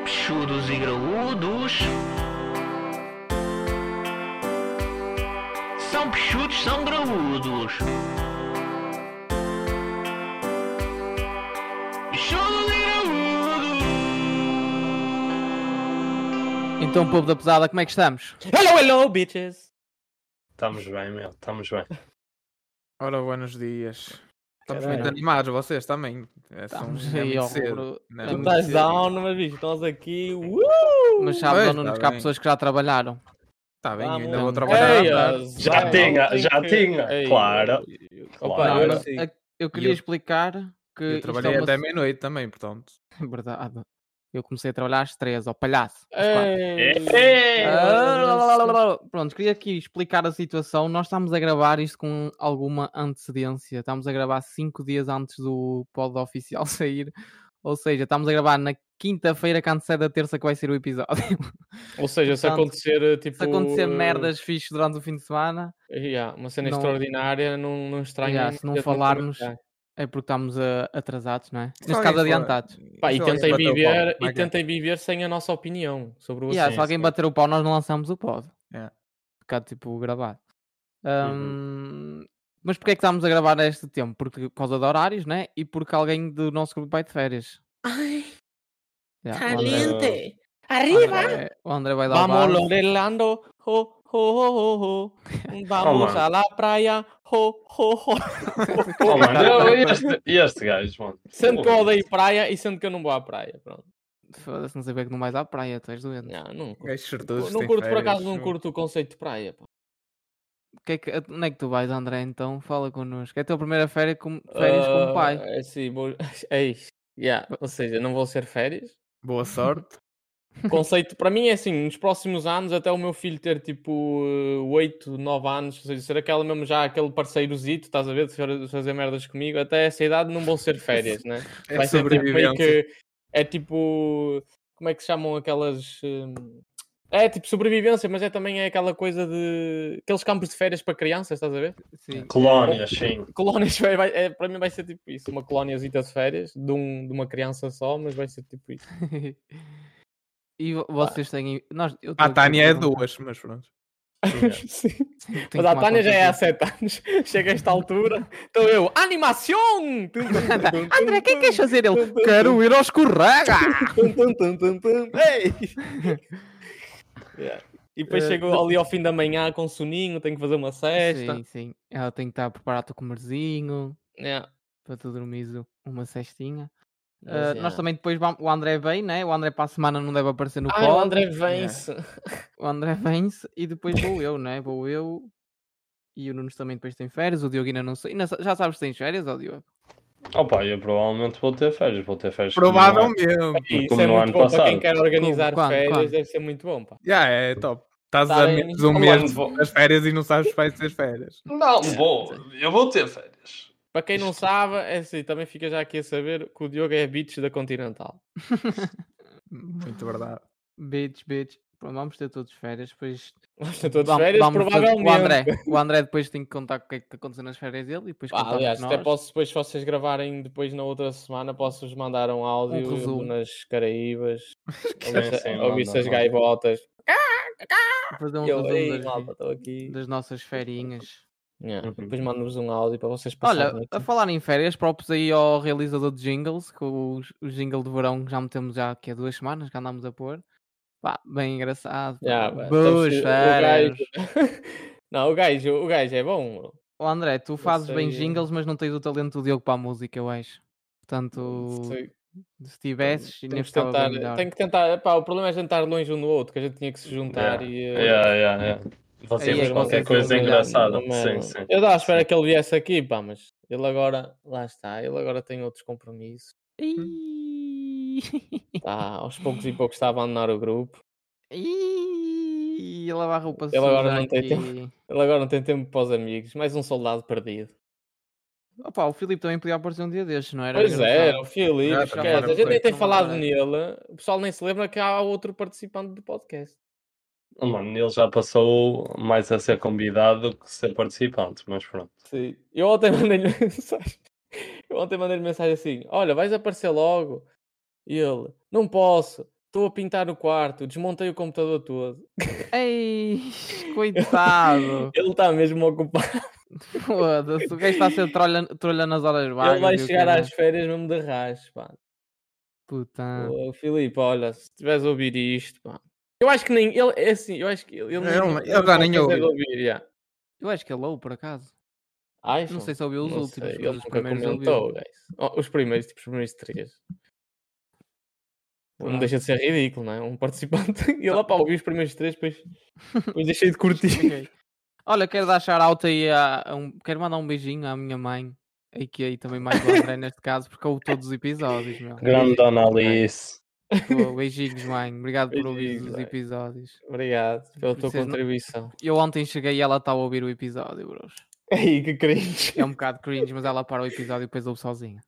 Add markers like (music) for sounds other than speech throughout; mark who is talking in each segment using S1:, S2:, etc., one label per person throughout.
S1: cabeçudos e graúdos. São peixudos, são graúdos. Peixudos e graúdos.
S2: Então, povo da pesada, como é que estamos?
S3: Hello, hello, bitches!
S4: Estamos bem, meu, estamos bem.
S5: Ora, buenos dias. Estamos
S3: Caralho.
S5: muito animados, vocês também. É, são-
S2: Estamos
S5: é
S2: aí,
S5: muito
S2: ó,
S5: cedo,
S2: bro.
S5: né?
S2: É
S3: Tu
S2: muito
S5: Muito
S3: estás
S5: cedo.
S3: Tá down, mas bicho, nós aqui. Uh!
S2: Mas sabes,
S5: Pois,
S2: ó, Nuno,
S5: tá
S2: que há
S5: bem.
S2: pessoas que já trabalharam.
S5: Está bem, eu ainda
S2: Tá
S5: vou
S2: bom.
S5: trabalhar.
S2: Ei,
S5: mas-
S4: Já tinha, já tinha, claro.
S3: Opa,
S4: Claro.
S3: eu
S2: Não,
S3: não
S2: mas
S3: sei.
S2: a- eh, Eu queria
S5: eu-
S2: explicar que.
S5: Eu
S2: isto é
S5: trabalhei
S2: uma...
S5: até meia-noite também, portanto.
S2: Verdade. Eu comecei a trabalhar às três, ó palhaço. às quatro.
S3: Ei,
S4: Ei!
S2: Ah, lá, lá, lá, lá, lá. Pronto, queria aqui explicar a situação. Nós estamos a gravar isto com alguma antecedência. Estamos a gravar cinco dias antes do pod oficial (laughs) sair. Ou seja, estamos a gravar na quinta-feira que antecede a terça que vai ser o episódio. (laughs)
S3: Ou seja, se
S2: Portanto,
S3: acontecer tipo. eh,
S2: Se acontecer merdas fixes durante o fim de semana,
S3: Yeah, uma cena
S2: Não-
S3: extraordinária, não, não estranha.
S2: Yeah, se não
S3: eu também
S2: falarmos-
S3: também.
S2: é porque estamos ah, atrasados, não é?
S5: Se
S2: Neste
S5: alguém
S2: caso,
S5: for-
S2: adiantados.
S3: Pá, e
S5: se alguém
S3: tentem
S5: bater o pau,
S3: viver,
S5: como é
S3: e
S5: que é?
S3: tentem viver sem a nossa opinião sobre o
S2: Yeah,
S3: assunto.
S2: se alguém bater o pau, nós não lançamos o pod.
S5: Yeah.
S2: Ficar tipo gravado. Ahm, Mas porquê é que estamos a gravar a este tempo? Porque, por causa de horários, né? E porque alguém do nosso grupo vai de férias.
S6: Ay,
S2: Yeah, o, André,
S6: caliente.
S2: o
S6: Arriba.
S2: André- o André vai dar
S3: Vamos,
S2: bala.
S3: Lorelando! Ho, ho,
S2: (laughs)
S3: ho, ho, ho. Vamos
S4: mano.
S3: à la praia! Ho, ho, ho!
S4: Oh, mano, eu- e este, e este gajo, mano.
S3: Sendo que eu
S4: Fogo.
S3: odeio praia e sendo que eu não vou à praia. Pronto.
S2: Foda-se, não sei bem que não vais à praia, tu és doente.
S3: Não, não curto.
S5: Gajos sortudos
S3: não
S5: têm
S3: curto, por
S5: férias,
S3: acaso, não
S5: fogo.
S3: curto o conceito de praia. pá.
S2: Que é que, onde é que tu vais, André? Então, fala connosco. É a tua primeira férias como, férias como
S3: Ah,
S2: pai.
S3: É sim, vou- (laughs) é isso. Yeah, Ou seja, não vou ser férias.
S5: Boa sorte.
S3: Conceito, para mim é assim, nos próximos anos, até o meu filho ter tipo 8, 9 anos, ou seja, ser aquele mesmo já, aquele parceirozito, estás a ver, de fer- fazer merdas comigo, até essa idade não vão ser férias, né? (laughs)
S5: É
S3: Vai ser tipo meio
S5: sobrevivência.
S3: que. É tipo. Como é que se chamam aquelas. hum, É tipo sobrevivência, mas é também é aquela coisa de. Aqueles campos de férias para crianças, estás a ver?
S2: Sim. (laughs)
S4: Colónias, sim.
S3: Colónias, vai, vai- é, para mim vai ser tipo isso. Uma colóniazita de férias, de, um- de uma criança só, mas vai ser tipo isso.
S2: e vo- vocês têm. Nós, eu
S5: A
S2: tenho que um
S5: Tânia é
S2: perguntar.
S5: duas, mas pronto.
S3: (laughs) Sim.
S2: Tenho que
S3: Mas a
S2: tomar
S3: Tânia já é há
S2: conta
S3: 7 anos, (laughs) chega a esta altura, então eu, animação!
S2: disso. André, o que é que queres fazer? Ele, quero ir ao escorrega!
S3: (laughs) Yeah. E depois
S2: Eh,
S3: chego ali ao fim da manhã com soninho, tenho que fazer uma cesta.
S2: Sim, sim. Ela tem que estar a preparar o comerzinho
S3: Yeah.
S2: para tu dormires o- uma cestinha.
S3: Mas,
S2: Ah,
S3: yeah.
S2: Nós também depois vamos. O André vem, né? O André para a semana não deve aparecer no
S3: Ah,
S2: pod.
S3: o André vence.
S2: O André vem-se e depois vou eu, né? Vou eu. E o Nunes também depois tem férias. O Diogo ainda não sei. Ainda sa- Já sabes se tens férias, ó Diogo?
S4: Opa, eu provavelmente vou ter férias, vou ter férias.
S5: Provavelmente.
S3: E Isso
S4: Como
S3: é
S4: no
S3: muito
S4: ano
S3: bom para quem
S4: passado.
S3: quer organizar
S2: quando,
S3: férias,
S2: quando?
S3: deve ser muito bom. Pá.
S5: Já é top. Estás
S3: Tá
S5: a
S3: bem.
S5: menos de um
S4: Olá,
S5: mês
S4: vou-
S5: das férias e não sabes se vai ser férias.
S4: Não, vou, eu vou ter férias.
S3: Para quem não sabe, é assim, também fica já aqui a saber que o Diogo é bitch da Continental. (laughs)
S5: Muito verdade.
S2: Bitch, bitch. Pronto, vamos ter todos férias. Depois
S3: Nós estamos todos
S2: Vam-
S3: férias,
S2: fazer-
S3: provavelmente.
S2: O André, o André depois tem que contar o que é que aconteceu nas férias dele e depois
S3: Ah,
S2: contamos
S3: aliás,
S2: nós.
S3: até posso depois, se vocês gravarem depois na outra semana, posso-vos mandar um áudio eu
S2: resumo.
S3: nas
S2: (laughs)
S3: Caraíbas,
S4: Sim, sim,
S3: ouvir
S4: manda,
S3: essas
S4: manda.
S3: gaivotas.
S2: fazer um
S3: E eu,
S2: resumo
S3: ei,
S2: das,
S3: malta, estou aqui.
S2: das nossas ferinhas.
S3: Yeah,
S4: Uhum.
S3: Depois mando-vos um áudio para vocês
S2: Olha,
S3: passarem.
S2: a
S3: aqui.
S2: falar em férias, próprios aí ao realizador de jingles, com os- o jingle de verão que já metemos já aqui há duas semanas, que andámos a pôr. Pá, bem engraçado. pá.
S3: Yeah, pá,
S2: Boas
S3: estamos- o
S2: férias.
S3: gajo- (laughs) Não, o gajo, o gajo é bom. bro.
S2: Ó, André, tu fazes bem
S3: sei, é.
S2: jingles, mas não tens o talento do Diogo para a música, eu acho. Portanto,
S3: Sei-
S2: se tivesses, ainda
S3: Tem que,
S2: ficava
S3: Então, tentar, eh,
S2: bem melhor.
S3: tem que tentar. Pá, o problema é jantar longe um do outro, que a gente tinha que se juntar e.
S4: Yeah,
S3: eh,
S4: yeah, yeah.
S2: Aí é
S4: Vocês
S2: que
S4: fez qualquer
S2: vocês
S4: coisa
S2: vão
S4: engraçada.
S3: Não,
S4: Sim,
S3: mano.
S4: sim.
S3: um né? Eu estava à espera que ele viesse aqui, pá, mas ele agora. Lá está, ele agora tem outros compromissos.
S2: Ih.
S3: (laughs) Tá, aos poucos e poucos está a abandonar o grupo.
S2: Ih, lavar roupa
S3: Ele agora
S2: suja
S3: não tem tempo.
S2: aqui.
S3: Ele agora não tem tempo para os amigos. Mais um soldado perdido.
S2: Opa, o Filipe também podia aparecer um dia destes, não era?
S3: Pois é,
S2: engraçado?
S3: o Filipe.
S5: Ah,
S3: esquece,
S5: agora
S3: a gente nem
S5: foi.
S3: tem falado
S2: Agora.
S3: nele. O pessoal nem se lembra que há outro participante do podcast.
S4: Mano, ele já passou mais a ser convidado que ser participante, mas pronto.
S3: Sim. Eu ontem (laughs) mandei-lhe mensagem. Eu ontem mandei-lhe mensagem assim: Olha, vais aparecer logo. E ele: Não posso. Estou a pintar o quarto, desmontei o computador todo.
S2: Ei,
S3: (laughs)
S2: coitado.
S3: Ele está mesmo ocupado.
S2: Foda-se. O gajo está a ser trolha, trolha nas horas vagas.
S3: Ele vai
S2: e o
S3: chegar
S2: caralho.
S3: às férias mesmo de rás, pá.
S2: Puta.
S3: Ô, Filipe, olha, se estiveres a ouvir isto, pá. Eu acho que nem. Ele, é assim, eu acho que ele. Ele,
S5: Ele-
S3: nem-
S5: ele já
S3: não
S5: nem
S3: consegue
S5: ouve.
S3: ouvir, já. Ah,
S2: Eu acho que é low, por acaso.
S3: Acham?
S2: Não sei se ouviu os
S3: Não
S2: últimos.
S3: sei,
S2: mas
S3: Ele
S2: os
S3: nunca
S2: primeiros ele ouviu.
S3: comentou, guys. Oh, os primeiros, tipo, os primeiros três. Não
S2: Pronto.
S3: deixa de ser ridículo, não é? Um participante. (laughs) E
S2: Tá.
S3: lá, pá, ouvi os primeiros três, depois, depois deixei de
S2: (laughs)
S3: curtir.
S2: Ok. Olha, quero dar shout-out aí a, a um- Quero mandar um beijinho à minha mãe. E que aí também mais o
S3: (laughs)
S2: André neste caso, porque ouve todos os episódios, meu.
S4: Grande Dona Alice.
S2: Pô, Beijinhos, mãe. Obrigado por ouvir
S3: Beijinhos,
S2: os
S3: mãe.
S2: episódios.
S3: Obrigado pela tua
S2: Vocês não-
S3: contribuição. (laughs)
S2: Eu ontem cheguei e ela estava a ouvir o episódio, bros.
S3: Ai, que cringe.
S2: É um bocado cringe, mas ela para o episódio e depois ouve sozinha.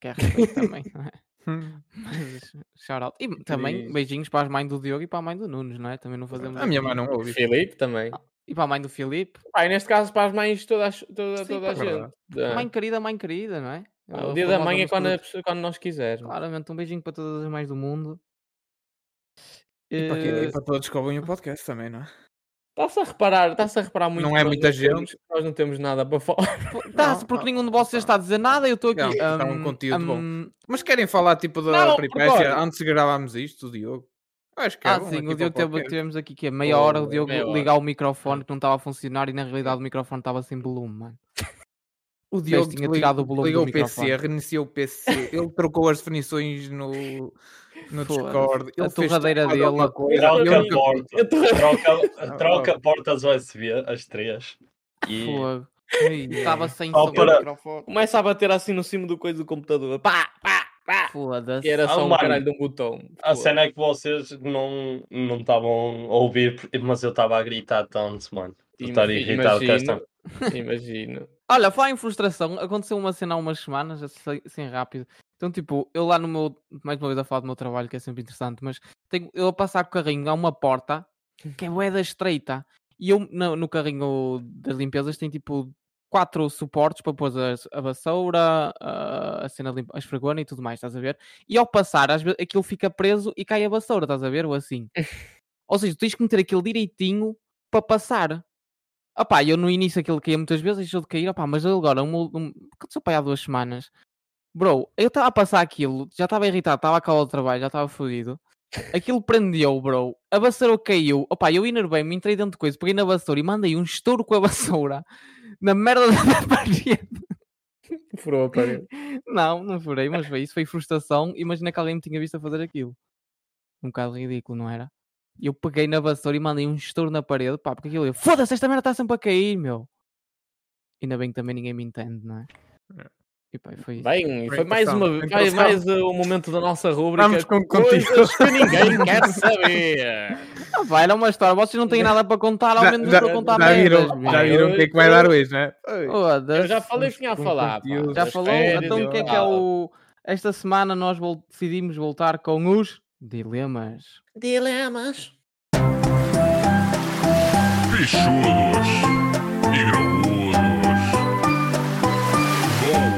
S2: Quer respeito também, não é?
S5: Hum.
S2: Mas, shout out. E também
S5: Cringe.
S2: beijinhos para as mães do Diogo e para a mãe do Nunes, não é? Também (laughs) não fazemos.
S5: A minha
S3: assim.
S2: aqui.
S5: mãe não ouve.
S3: Filipe também.
S2: E para a mãe do Filipe.
S3: Pá, e neste caso, para as mães, de toda a, toda,
S2: Sim,
S3: toda a
S5: pá,
S3: gente.
S5: É.
S3: Ah.
S2: Mãe querida, mãe querida, não é?
S3: Ah,
S2: A
S3: o dia da
S2: famosa
S3: mãe é
S2: música
S3: quando,
S2: do-
S3: a pessoa- quando nós quisermos.
S2: Claramente, um beijinho para todas as mães do mundo.
S5: E para, quê?
S2: Eh,
S5: E para todos que ouvem o podcast também, não é?
S3: Está-se a reparar, está-se a reparar muito.
S5: Não
S3: que
S5: é
S3: nós
S5: muita
S3: temos- Nós não temos nada para falar.
S2: pô, Tá-se, tá, porque
S5: não,
S2: nenhum de vocês está a dizer nada. Eu estou aqui.
S5: Não, está um
S2: hum,
S5: conteúdo bom.
S2: hum,
S5: Mas querem falar tipo da
S3: Não,
S5: peripécia
S3: porque-
S5: antes de gravarmos isto, o Diogo? Eu Acho que é
S2: Ah,
S5: bom
S2: sim,
S5: aqui
S2: o Diogo
S5: para
S2: teve,
S5: podcast.
S2: tivemos aqui que é meia hora. O
S5: Oh,
S2: Diogo
S3: meia hora.
S2: ligar o microfone que não estava a funcionar e na realidade o microfone estava sem volume, mano. O Diogo
S5: Diogo
S2: tinha
S5: desligou-
S2: tirado o volume
S5: Ligou
S2: do
S5: o PC,
S2: microfone.
S5: reiniciou o PC, ele trocou as definições no, no
S2: Foda-se.
S5: Discord.
S2: A
S5: Ele fez
S2: torradeira
S5: tudo mais
S2: dele-
S5: alguma coisa.
S4: Troca
S5: Eu
S4: a
S5: nunca-
S4: porta.
S3: Eu
S4: Troca,
S3: tô-
S4: (laughs) troca portas USB, as três. E
S2: Fogo. Estava sem
S4: Só
S2: som do
S4: para-
S2: microfone.
S3: (laughs) Começa a bater assim no cimo do coisa do computador. Pá, pá, pá. E
S2: Foda-se.
S3: era
S4: Ah,
S3: só um
S4: mano.
S3: caralho de um botão.
S4: a cena é que vocês não não estavam a ouvir, mas eu estava a gritar tanto, mano. Por estar
S3: Imagino,
S4: irritado com esta.
S3: Imagino.
S2: Olha, falar em frustração, aconteceu uma cena há umas semanas, assim, assim rápido. Então, tipo, eu lá no meu. Mais uma vez a falar do meu trabalho, que é sempre interessante, mas tenho, eu a passar com o carrinho a uma porta que é moeda estreita. E eu, no, no carrinho das limpezas, tem tipo quatro suportes para pôr as- a vassoura, a, a cena de limpa, a esfregona e tudo mais, estás a ver? E ao passar, às vezes, aquilo fica preso e cai a vassoura, estás a ver? Ou assim. Ou seja, tu tens que meter aquilo direitinho para passar. Opá, eu no início aquilo caía muitas vezes, deixou de cair, opá, mas agora, um, um, aconteceu para aí há duas semanas. Bro, eu estava a passar aquilo, já estava irritado, estava a acabar o trabalho, já estava fodido. Aquilo prendeu, bro. A vassoura caiu. Opá, eu enervei-me, entrei dentro de coisa, peguei na vassoura e mandei um estouro com a (laughs) vassoura na merda (laughs) da parede.
S3: Furou
S2: (laughs)
S3: a parede.
S2: Não, não furei, mas foi isso, foi frustração. Imagina que alguém me tinha visto a fazer aquilo. Um bocado ridículo, não era? Eu peguei na vassoura e mandei um estouro na parede, pá, porque aquilo eu, foda-se, esta merda está sempre a cair, meu. Ainda bem que também ninguém me entende, não é?
S5: É.
S2: E pá, e foi isso.
S3: Bem, um, foi
S5: Bem
S3: mais
S5: passado,
S3: uma
S5: bem
S3: vez. Mais,
S5: passado.
S3: mais uh, o momento da nossa rúbrica.
S5: Vamos com
S3: Coisas
S2: (laughs)
S5: conteúdo.
S3: que ninguém quer saber.
S2: Ah, vai, era uma história, vocês não têm nada para contar, ao
S5: Já,
S2: menos
S5: já-
S2: eu estou a contar
S5: já
S2: merdas,
S5: viram,
S2: meu.
S5: já viram o que é que vai dar hoje, não é?
S2: Foda-se.
S3: Eu já falei que tinha a
S5: com
S3: falar. pá.
S5: conteúdo.
S2: Já
S3: Das
S2: falou?
S3: férias
S2: Então
S3: e
S2: o que é que é
S3: tal.
S2: o. Esta semana nós vol- decidimos voltar com os dilemas.
S3: Dilemas.
S6: Bichudos e graúdos.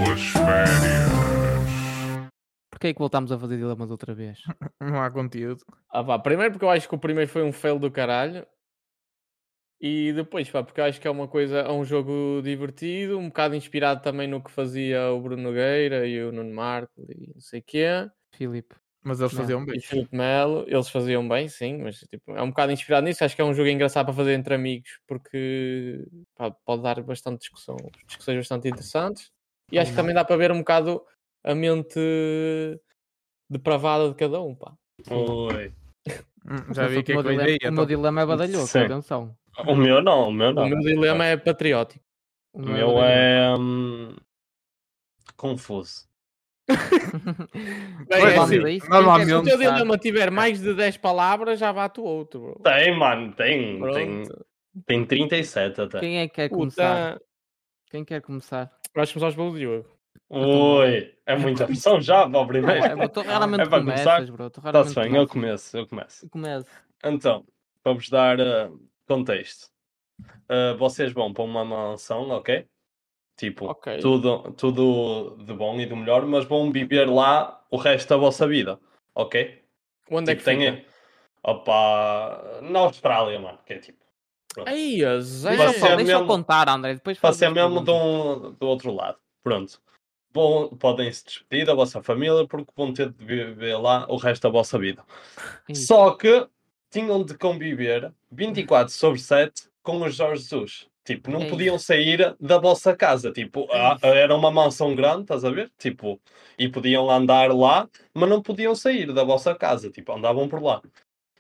S6: Boas férias.
S2: Porquê é que voltámos a fazer dilemas outra vez?
S5: Não há conteúdo.
S3: Ah, pá, primeiro porque eu acho que o primeiro foi um fail do caralho. E depois, pá, porque eu acho que é uma coisa, é um jogo divertido, um bocado inspirado também no que fazia o Bruno Nogueira e o Nuno Marco e não sei o quê.
S2: Filipe.
S5: Mas eles
S2: Não.
S5: faziam bem.
S3: E Filipe Melo, eles faziam bem, sim, mas tipo, é um bocado inspirado nisso. Acho que é um jogo engraçado para fazer entre amigos, porque pá, pode dar bastante discussão, discussões bastante interessantes. E acho que
S4: Uhum.
S3: também dá para ver um bocado a mente depravada de cada um, pá.
S4: Oi.
S5: Hum, Já
S2: Mas
S5: vi
S2: o
S5: o que é
S2: meu
S5: que
S2: dilema,
S5: eu
S2: O meu dilema é badalhoco,
S4: Sim.
S2: atenção.
S4: O meu não, o meu
S3: O
S4: não.
S3: meu dilema é patriótico.
S4: O
S2: meu
S4: meu
S2: badalhoco.
S4: é. hum, confuso.
S3: Bem,
S5: Pois,
S3: é assim,
S5: sim.
S2: é isso que eu
S5: normalmente-
S3: se o
S2: quero
S3: teu
S2: começar.
S3: dilema tiver mais de 10 palavras, já vá o outro, bro.
S4: Tem, mano, tem. Tem,
S3: Pronto.
S4: tem 37 até.
S2: Quem é que quer começar?
S3: Puta.
S2: Quem quer começar?
S3: Vais começar pelo Diogo.
S4: Oi. É muita pressão já para o primeiro.
S2: É, bro, tu raramente
S4: É para começar?
S2: começas, bro. Tu
S4: Está-se
S2: raramente
S4: bem, eu
S2: começas.
S4: começo, eu começo.
S2: Começo.
S4: Então, para vos dar eh, contexto, Eh, vocês vão para uma mansão, ok? Tipo,
S3: Ok.
S4: tudo, tudo de bom e do melhor, mas vão viver lá o resto da vossa vida, ok?
S3: Onde é que
S4: Tipo, tem
S3: fica?
S4: aí- Opa, na Austrália, mano, que é tipo.
S3: Aí, a zero.
S2: Deixa,
S4: Você
S2: só,
S4: é
S2: deixa eu
S4: mesmo-
S2: contar, André. Depois fazes
S4: Passei
S2: as
S4: mesmo de
S2: perguntas.
S4: um- do outro lado. Pronto. Bom, podem se despedir da vossa família porque vão ter de viver lá o resto da vossa vida.
S2: Ih.
S4: Só que tinham de conviver 24 sobre 7 com o Jorge Jesus. Tipo, não
S2: Ei.
S4: podiam sair da vossa casa. Tipo, a- era uma mansão grande, estás a ver? Tipo, e podiam andar lá, mas não podiam sair da vossa casa. Tipo, andavam por lá.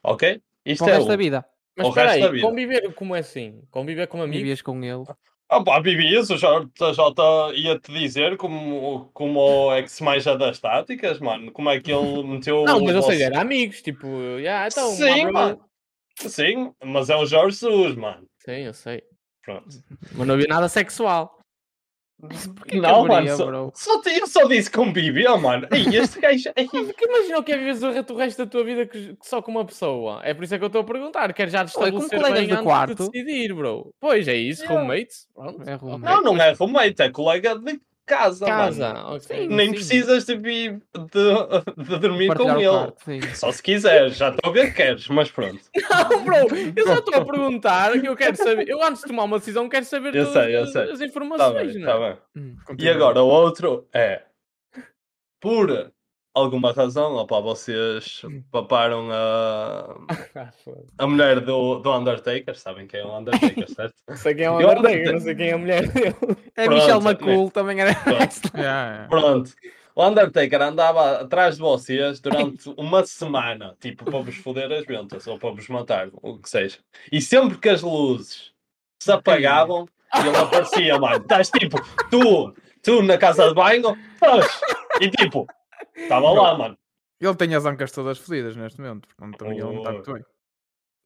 S4: Ok? Isto
S2: Para o
S4: é
S2: resto da
S4: um.
S2: vida.
S3: Mas
S4: o
S3: espera
S4: resto da
S3: aí,
S4: vida.
S3: conviver como assim? Conviver como amigos?
S2: Vivias com ele.
S4: Ah, pá, vivias, o JJ tá, ia-te dizer como, como é que se manja das táticas, mano. Como é que ele meteu
S3: Não, mas
S4: o
S3: ou
S4: vosso-
S3: seja, era amigos, tipo, yeah, então,
S4: Sim,
S3: abro-
S4: mano. Sim, mas é o Jorge Jesus, mano.
S3: Sim, eu sei.
S4: Pronto.
S3: Mas não havia nada sexual.
S2: Porquê que
S4: Não,
S2: haveria,
S4: mano, só-
S2: bro?
S4: Só, te- eu só disse convívio, mano. Ei, este gajo. ei,
S3: Porque imagina o que é viveres o resto, o resto da tua vida que- que só com uma pessoa. É por isso é que eu estou a perguntar. Quero já te
S2: Olha, como
S3: estabelecer
S2: colegas
S3: bem
S2: de
S3: antes
S2: quarto.
S3: de decidir, bro. Pois é isso,
S4: Yeah.
S3: roommates. Pronto.
S2: É roommate.
S4: Não, não é roommate, é colega de casa, mano.
S3: Casa, ok.
S2: Sim.
S4: Nem precisas de, vi- de, de dormir
S2: Partilhar
S4: com
S2: o
S4: ele.
S2: quarto, sim.
S4: Só se quiseres, já estou a ver que queres, mas pronto.
S3: Não, bro, eu só estou a perguntar que eu quero saber. Eu antes de tomar uma decisão quero saber
S4: Eu
S3: todas
S4: sei, eu
S3: as-
S4: sei.
S3: as
S4: Está
S3: informações,
S4: Tá bem,
S3: não é?
S4: está bem.
S2: Hum.
S4: E agora, o outro é por alguma razão, opa, vocês paparam a,
S3: Ah, foda-se.
S4: a mulher do, do Undertaker, sabem quem é o Undertaker, certo?
S3: Não sei quem é o
S4: Eu
S3: Undertaker,
S4: até-
S3: não sei quem é a mulher dele.
S2: A Michelle
S4: Pronto,
S2: McCool também era.
S4: Pronto.
S5: Yeah, yeah.
S4: Pronto. O Undertaker andava atrás de vocês durante uma semana, tipo, para vos foder as ventas ou para vos matar, o que seja. E sempre que as luzes se apagavam, ele aparecia, mano. Estás tipo, tu, tu na casa de banho, estás. E tipo, estava lá, mano.
S5: Ele tem as ancas todas fodidas neste momento, portanto também ele não está
S4: Oh.
S5: muito bem.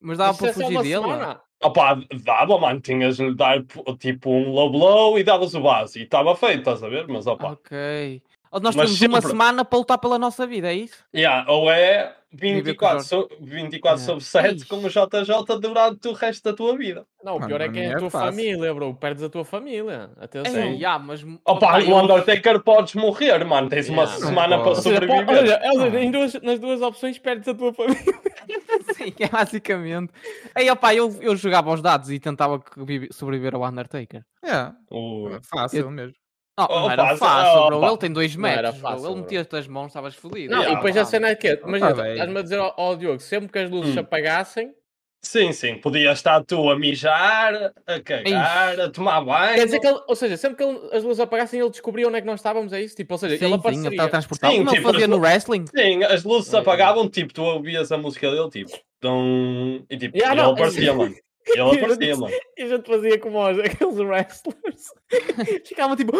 S2: Mas dava
S3: Isto
S2: para
S3: é só
S2: fugir
S3: uma
S2: dele.
S3: semana.
S4: Opa, dava, mano, tinhas de dar tipo um low blow e davas o base e estava feito, estás a ver? Mas opa,
S2: Ok. Ou Nós
S4: Mas
S2: temos uma
S4: sempre-
S2: semana para lutar pela nossa vida, é isso?
S3: Ah.
S4: yeah, ou é 24,
S2: Viver
S4: so- 24
S2: Yeah.
S4: sobre 7
S2: Ixi.
S4: com o JJ durante o resto da tua vida.
S3: Não, o
S5: Mano,
S3: pior é
S5: para
S3: que
S5: mim
S3: é
S5: é
S3: a tua
S5: fácil.
S3: família, bro. Perdes a tua família. Atenção.
S2: Ei, já, mas.
S4: Opa,
S2: Opa,
S4: o
S2: eu-
S4: Undertaker podes morrer, mano, tens uma
S3: Yeah.
S4: semana
S5: Não
S4: para
S5: posso.
S3: Ou seja, po-
S4: sobreviver.
S3: olha, Elder, em duas- nas duas opções perdes a tua (laughs) família.
S2: (laughs) Sim, é basicamente. Aí, opa, eu, eu jogava aos dados e tentava que vive- sobreviver ao Undertaker.
S5: Yeah,
S4: Ui.
S5: É, fácil mesmo.
S2: Oh, não
S4: Oh,
S2: era
S4: pá,
S2: fácil,
S4: oh,
S2: bro.
S4: pá.
S2: Ele tem dois
S3: Não era
S2: metros, bro.
S3: fácil,
S2: Ele
S3: bro.
S2: metia-te as mãos, estavas fodido.
S3: Não,
S4: Yeah,
S3: e depois
S4: pá.
S3: a cena é que, imagina,
S5: tá bem.
S3: estás-me a dizer ao, ao Diogo, sempre que as luzes se
S4: Hum.
S3: apagassem,
S4: Sim, sim, podias estar tu a mijar, a cagar, a tomar banho.
S3: quer dizer que ele, ou seja, sempre que ele- as luzes apagassem, ele descobria onde é que nós estávamos, é isso? Tipo, ou seja,
S2: Sim,
S3: ele
S2: sim,
S3: aparecia.
S2: ele transportava.
S4: Sim,
S2: Como ele
S4: tipo,
S2: fazia
S4: as
S2: no
S4: lu-
S3: (laughs)
S2: wrestling?
S4: Sim, as luzes se
S3: Ai, ai.
S4: apagavam, tipo, tu ouvias a música dele, tipo, dum, e tipo,
S3: Yeah,
S4: ele
S3: não,
S4: aparecia,
S3: assim-
S4: mano. Ele
S3: (laughs)
S4: aparecia, mano.
S3: E a gente fazia como os, (laughs) aqueles wrestlers. (laughs) Ficavam tipo...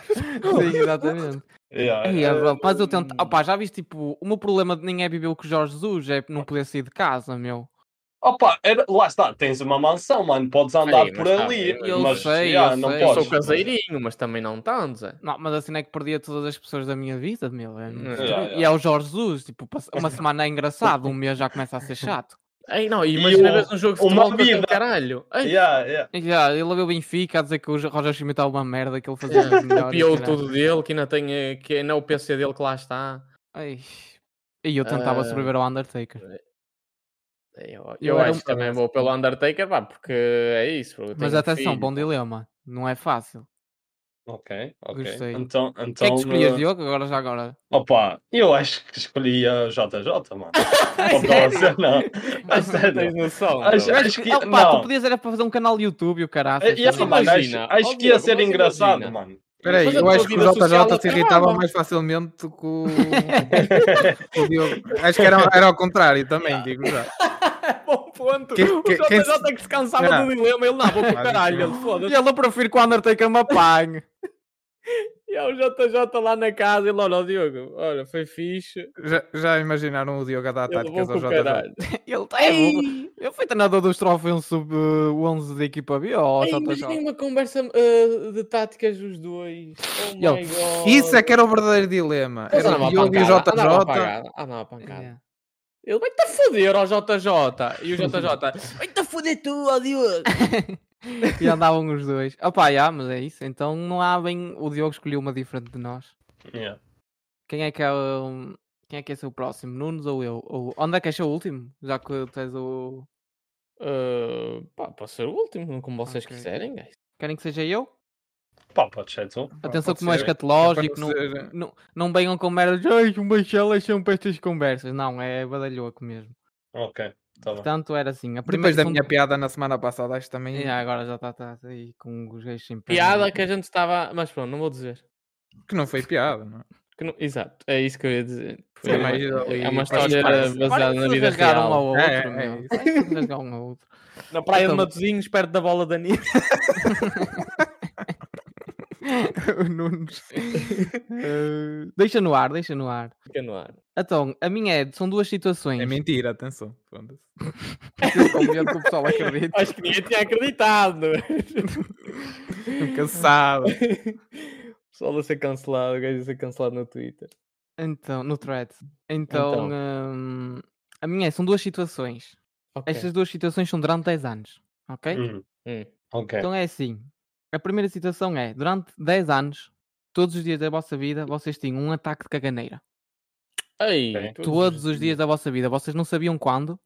S2: Sim,
S3: (laughs)
S2: exatamente.
S4: Yeah,
S2: Aí, é,
S4: yeah.
S2: bro, mas
S3: hum.
S2: eu tento. Opa, já viste, tipo, o meu problema de nem é viver o que o Jorge Jesus, é não poder sair de casa, meu.
S4: Opa, era- lá está, tens uma mansão, mano, podes andar
S3: Ei, mas
S4: por
S3: tá
S4: ali,
S3: bem,
S2: eu
S4: mas
S2: sei,
S4: yeah,
S2: eu
S4: não
S2: sei.
S3: Eu
S4: podes.
S3: sou caseirinho, mas também não tanto, Zé.
S2: Não, mas assim é que perdia todas as pessoas da minha vida, meu. é muito
S3: Hum, Yeah,
S2: triste.
S4: yeah.
S2: E é o Jorge Jesus, tipo, passa-
S3: (laughs)
S2: uma semana é engraçado, um mês já começa a ser chato.
S3: Ei, não, e
S4: E
S3: imagina
S4: o-
S3: vês um jogo de
S4: uma
S3: futebol com aquele
S4: vida.
S3: caralho. (laughs) Ei,
S4: Yeah, yeah.
S2: E já, ele veio o Benfica a dizer que o Jo- Roger Schmidt é uma merda, que ele fazia
S3: Yeah.
S2: muito melhor.
S3: (laughs)
S2: e
S3: Copiou
S2: caralho.
S3: tudo dele, que ainda tem, eh, que ainda é o PC dele que lá está.
S2: Ai. E eu tentava
S3: Ah.
S2: sobreviver ao Undertaker.
S3: Eu,
S2: Eu
S3: eu
S2: era
S3: acho
S2: um-
S3: que também vou pelo Undertaker, pá, porque é isso. Bro, eu
S2: Mas
S3: tenho um
S2: atenção,
S3: filho. (laughs)
S2: bom dilema. Não é fácil.
S4: Ok, ok.
S2: Gostei.
S4: Então,
S2: O que é
S4: então
S2: que escolhias,
S4: eh,
S2: Diogo? Agora já agora.
S4: opa, eu acho que escolhi a JJ,
S2: (laughs)
S4: mano. Opa, não. A sério.
S3: Tens noção.
S4: Acho-
S3: bro.
S4: Acho que.
S2: Ah, pá, tu
S4: Não.
S2: podias era para fazer um canal YouTube, o caralho.
S4: Eh, yeah,
S3: mas
S4: mano, acho,
S3: imagina.
S4: acho que ia
S3: Óbvio,
S4: ser
S3: mas
S4: engraçado,
S3: imagina.
S4: mano.
S5: Espera aí,
S3: Mas a
S5: eu
S3: tua
S5: acho que o
S3: vida social
S5: JJ se irritava
S3: acaba.
S5: mais facilmente que o, (laughs) que o Diogo. Acho que era, era ao contrário também, digo já.
S3: É Bom ponto.
S5: Que-
S3: o
S5: que-
S3: JJ
S5: quem
S3: é que se cansava
S5: Não.
S3: do dilema,
S5: (laughs)
S3: ele não, vou pro
S5: Ah,
S3: caralho,
S5: isso
S3: ele foda-se.
S2: Ele eu prefiro que o Undertaker me apanhe.
S3: E é o JJ lá na casa, ele olha, ó, Diogo, olha, foi fixe,
S5: Já, já imaginaram o Diogo a dar
S3: ele vou
S5: táticas ao
S3: pro
S5: JJ?
S3: caralho.
S2: Ele
S3: tá
S2: tem. É Eu fui treinador dos um troféus sub-11 uh, da equipa B. ó,
S3: Ei,
S2: JJ.
S3: Imaginem uma conversa ah, de táticas dos dois. Oh
S2: Ele-
S3: my god.
S5: Isso é que era o verdadeiro dilema.
S3: Eles
S5: Era
S3: andavam
S5: o
S3: à
S5: Diogo e o
S3: pancada, andavam à
S5: JJ.
S3: pancada, Andavam à
S2: É.
S3: pancada.
S2: Yeah.
S3: Ele vai-te a foder ao JJ. E o JJ, vai-te a foder tu, ó Diogo.
S2: E andavam os dois. Opa, já, mas é isso. Então não há bem. O Diogo escolheu uma diferente de nós.
S4: Yeah.
S2: Quem é que é. hum, Quem é que é ser o próximo? Nunes ou eu? Ou... Onde é que é ser o último? Já que tu és o.
S3: Uh, pá, pode ser o último, como vocês
S2: Ok.
S3: quiserem, guys.
S2: Querem que seja eu?
S4: Pá, pode ser então. tu.
S2: Atenção
S5: pode
S2: que não é
S5: ser.
S2: escatológico, não,
S5: Pode ser.
S2: não, não venham com merdas, ai, o Michel é sempre estas conversas. Não, é badalhoco mesmo.
S4: Ok, tá bem.
S2: Portanto, era assim. A primeira
S5: Depois da
S2: são-
S5: minha piada na semana passada, acho também.
S2: Yeah, agora já está aí com os gays sem perna.
S3: Piada que a gente estava. Mas pronto, não vou dizer.
S5: Que não foi piada, não é?
S3: Que não- Exato, é isso que eu ia dizer. Foi
S5: É
S3: uma-
S5: mais ali,
S3: é uma
S5: faz
S3: história
S5: parte.
S3: baseada
S2: Parem de
S3: na
S2: se
S3: vida
S2: rasgar um ao
S3: real.
S2: outro,
S5: É, é
S2: meu.
S5: isso.
S2: Parem de se rasgar um ao outro.
S3: Na praia de
S2: Então-
S3: Matozinhos, perto da bola da Nina.
S2: O Nunes. (laughs) Eh, deixa no ar, deixa no ar.
S3: (laughs) Fica no ar.
S2: Então, a minha é, são duas situações.
S5: É mentira, atenção. Foda-se.
S2: Eu compreendo que o (laughs) pessoal acredita.
S3: Acho que ninguém tinha acreditado. (laughs) não é?
S5: Nunca se sabe.
S3: O pessoal a ser cancelado, o gajo a ser cancelado no Twitter.
S2: Então, no thread. Então,
S3: Então.
S2: hum, a minha é, são duas situações.
S3: Ok.
S2: Estas duas situações são durante 10 anos, ok?
S4: Hum.
S3: Hum.
S4: Ok.
S2: Então é assim. A primeira situação é, durante 10 anos, todos os dias da vossa vida, vocês tinham um ataque de caganeira.
S3: Ei,
S4: Ok.
S2: Todos os dias da vossa vida. Vocês não sabiam quando.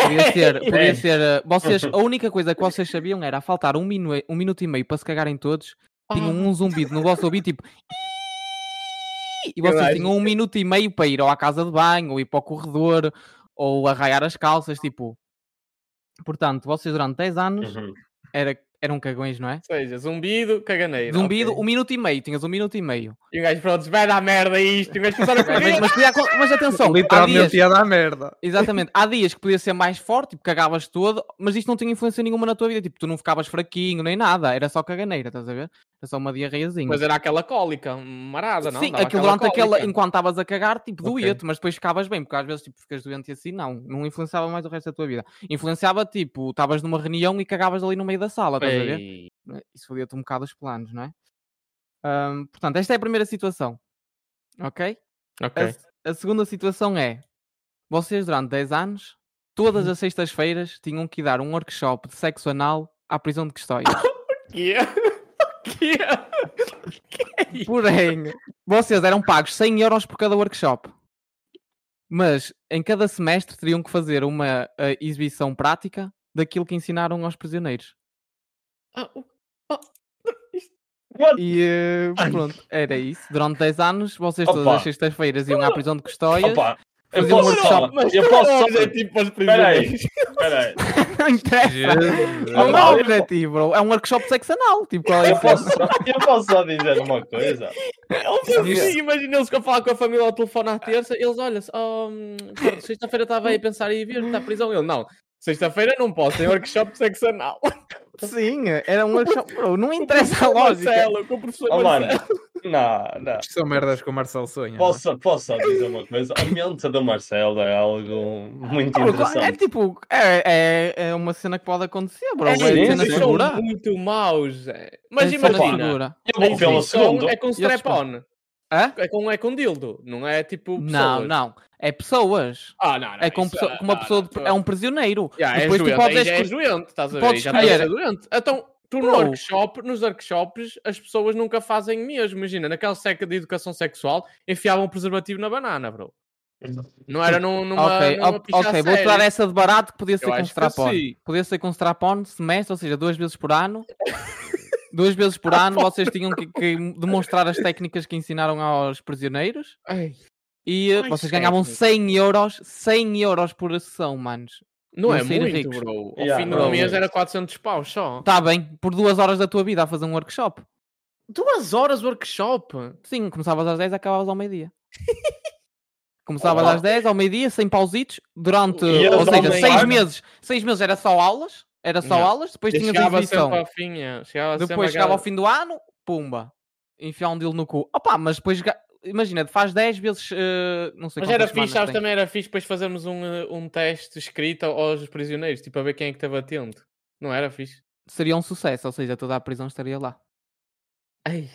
S2: Podia ser, podia
S4: É.
S2: ser. eh, Vocês, a única coisa que vocês sabiam era a faltar um, minu um minuto e meio para se cagarem todos. Tinham um zumbido no vosso ouvido, tipo. E
S3: Eu
S2: vocês
S3: acho
S2: tinham um minuto e meio para ir ou à casa de banho, ou ir para o corredor, ou arraiar as calças, tipo. Portanto, vocês durante 10 anos
S4: Uhum.
S2: era, eram cagões, não é?
S3: Ou seja, zumbido, caganeira.
S2: Zumbido,
S3: ok.
S2: um minuto e meio, tinhas um minuto e meio.
S3: E o gajo, pronto, vai dar merda isto. E o gajo
S2: (laughs)
S3: começou a
S2: Mas,
S3: correr.
S2: mas podia acon- mas atenção, há
S5: Literalmente
S2: dias-
S5: piada
S2: (laughs)
S5: à merda.
S2: Exatamente. Há dias que podia ser mais forte, tipo, cagavas todo, mas isto não tinha influência nenhuma na tua vida. Tipo, tu não ficavas fraquinho nem nada. Era só caganeira, estás a ver? Era só uma diarreiazinha.
S3: Mas era aquela cólica, marada, não?
S2: Sim,
S3: Dava
S2: aquilo durante aquela,
S3: cólica.
S2: enquanto estavas a cagar, tipo,
S3: Ok.
S2: doía-te, mas depois ficavas bem, porque às vezes, tipo, ficas doente e assim, não, não influenciava mais o resto da tua vida. Influenciava, tipo, estavas numa reunião e cagavas ali no meio da sala, estás a ver?
S3: Ei,
S2: né? isso fodia-te um bocado os planos, não é? Ahm, portanto, esta é a primeira situação, ok?
S3: Ok.
S2: A,
S3: (laughs)
S2: se- a segunda situação é, vocês durante 10 anos, todas
S4: Uhum.
S2: as sextas-feiras, tinham que dar um workshop de sexo anal à prisão
S4: (laughs)
S2: de Custóia.
S3: Que é? Que (laughs) é?
S2: Porém, vocês eram pagos 100 euros por cada workshop. Mas em cada semestre teriam que fazer uma eh, exibição prática daquilo que ensinaram aos prisioneiros.
S3: Ah, o-
S2: E eh, pronto, era isso. Durante 10 anos, vocês todas
S4: Opa.
S2: as sextas-feiras iam à prisão de Custóia.
S4: Opa, eu
S2: Fazer um
S4: posso só.
S2: workshop.
S3: Mas
S4: Eu posso só.
S3: é tipo para os
S4: Espera aí.
S3: primeiros.
S4: Espera aí.
S2: (laughs) Não interessa. Não
S4: Opa,
S2: é o
S4: eu-
S2: objetivo, bro. É um workshop de sexo anal. Tipo, qual é
S4: Eu
S2: o
S4: posso, só, eu posso só dizer uma coisa.
S2: É um
S5: Isso.
S3: Imagina eles que eu falar com a família ao telefone à terça, eles olham-se, oh, hum, pá, sexta-feira estava aí a pensar em vir-te à prisão. Ele, não, sexta-feira não posso, tem workshop de sexo
S2: (laughs)
S3: anal.
S2: Sim, era um workshop, bro. Não interessa a
S3: Com o
S2: lógica.
S3: Marcelo, com o professor
S4: Oh, mano.
S3: Marcelo.
S4: Não, não.
S5: Isto são merdas que o Marcelo sonha. é?
S4: Posso, só- posso só dizer uma coisa? A mente do Marcelo é algo muito
S2: É
S4: interessante.
S2: tipo, é, é, é uma cena que pode acontecer, bro. É,
S4: sim,
S2: uma cena
S4: sim.
S3: Eles são
S2: segura.
S3: muito maus. é. Mas
S2: É cena
S3: imagina,
S2: segura.
S4: Eu vou
S3: a
S4: pelo
S3: exibição
S4: segundo.
S3: é com
S2: Eu
S3: strap-on.
S2: Hã?
S3: É com, é com dildo, não é tipo
S2: Não,
S3: pessoas.
S2: não. É pessoas.
S3: Ah, não, não,
S2: É com
S3: isso
S2: pessoa- com
S3: ah,
S2: uma pessoa.
S3: não,
S2: de-
S3: não.
S2: é um prisioneiro.
S3: Yeah,
S2: Depois
S3: és
S2: tu
S3: doente,
S2: podes
S3: aí já és
S2: escolher-
S3: doente, estás a ver?
S2: é podes
S3: Já estás a
S2: escolher.
S3: ser doente. Então, tu no
S2: Bro.
S3: workshop, nos workshops, as pessoas nunca fazem mesmo. Imagina, naquela seca de educação sexual, enfiavam um preservativo na banana, bro. Não era num, numa,
S2: ok,
S3: é numa
S2: op-
S3: picha
S2: ok,
S3: a
S2: vou tirar
S3: sério.
S2: essa de barato que podia ser
S3: Eu
S2: com
S3: acho que
S2: strap-on.
S3: sim.
S2: Podia ser com strap-on, semestre, ou seja, duas vezes por ano. duas vezes
S3: (laughs)
S2: por
S3: Ah,
S2: ano vocês tinham que, que demonstrar as técnicas que ensinaram aos prisioneiros
S3: Ai,
S2: e eh,
S3: Quais
S2: vocês ganhavam
S3: técnicas?
S2: 100 euros, 100 euros por sessão, manos.
S3: não
S2: Iam
S3: é
S2: sair
S3: muito,
S2: ricos.
S3: bro. Ao
S4: Yeah,
S3: fim
S4: não
S3: do
S4: é
S3: mês
S4: muito.
S3: era 400 paus só.
S2: Está Tá bem, por duas horas da tua vida a fazer um workshop.
S3: Duas horas de workshop.
S2: Sim, começavas às 10 e acabavas ao
S3: (laughs)
S2: meio-dia. Começavas
S4: Olá.
S2: às 10 ao meio-dia, sem pausitos, durante,
S4: E
S2: ou
S4: eles
S2: seja,
S4: dormem
S2: 6
S4: lá?
S2: meses. 6 meses era só aulas, era só
S3: Não.
S2: aulas, depois
S3: Eu
S2: tinhas a
S3: chegava
S2: exibição.
S3: sempre à finha. Chegava sempre
S2: Depois
S3: à
S2: chegava ao
S3: casa-
S2: fim do ano, pumba, enfiar um deal no cu. Opa, mas depois, ga- imagina, faz 10 vezes, eh, não sei
S3: Mas era
S2: quantas semanas
S3: fixe, sabes,
S2: tem.
S3: também era fixe depois fazermos um, eh, um teste escrito aos prisioneiros, tipo a ver quem é que estava atento. Não era fixe?
S2: Seria um sucesso, ou seja, toda a prisão estaria lá.
S3: Ei,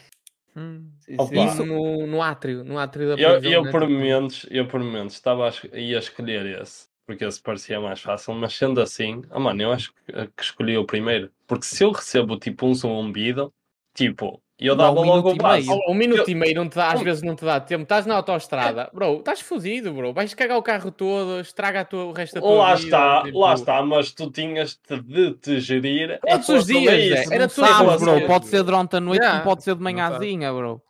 S5: Hum.
S4: Opa.
S3: isso no, no átrio, no átrio da
S4: Eu,
S2: um
S3: prisão,
S4: eu
S3: né?
S4: por
S3: Tipo,
S4: momentos, eu por momentos estava a, es- ia escolher esse, porque esse parecia mais fácil, mas sendo assim, ah, mano, eu acho que, que escolhi o primeiro. Porque se eu recebo tipo um zumbido, tipo, E eu dava
S2: Não, um
S4: logo o
S2: minuto e meio.
S4: passo.
S3: Oh, Um minuto
S4: Eu- É.
S3: e meio não te dá, às
S4: Um-
S3: vezes não te dá tempo. Estás na autoestrada, bro, estás fodido, bro. Vais cagar o carro todo, estraga a tua, o resto da tua
S4: Lá
S3: vida.
S4: está,
S3: tipo.
S4: lá está, mas tu tinhas -te de te gerir. em
S3: Todos os
S4: relação a
S3: dias,
S4: isso.
S3: Zé, é, era
S2: Não
S3: tudo em
S2: sabes,
S3: relação a
S2: bro.
S3: isso.
S2: Pode ser durante a noite,
S3: Yeah.
S2: não pode ser de
S5: Não tá.
S2: manhãzinha, bro.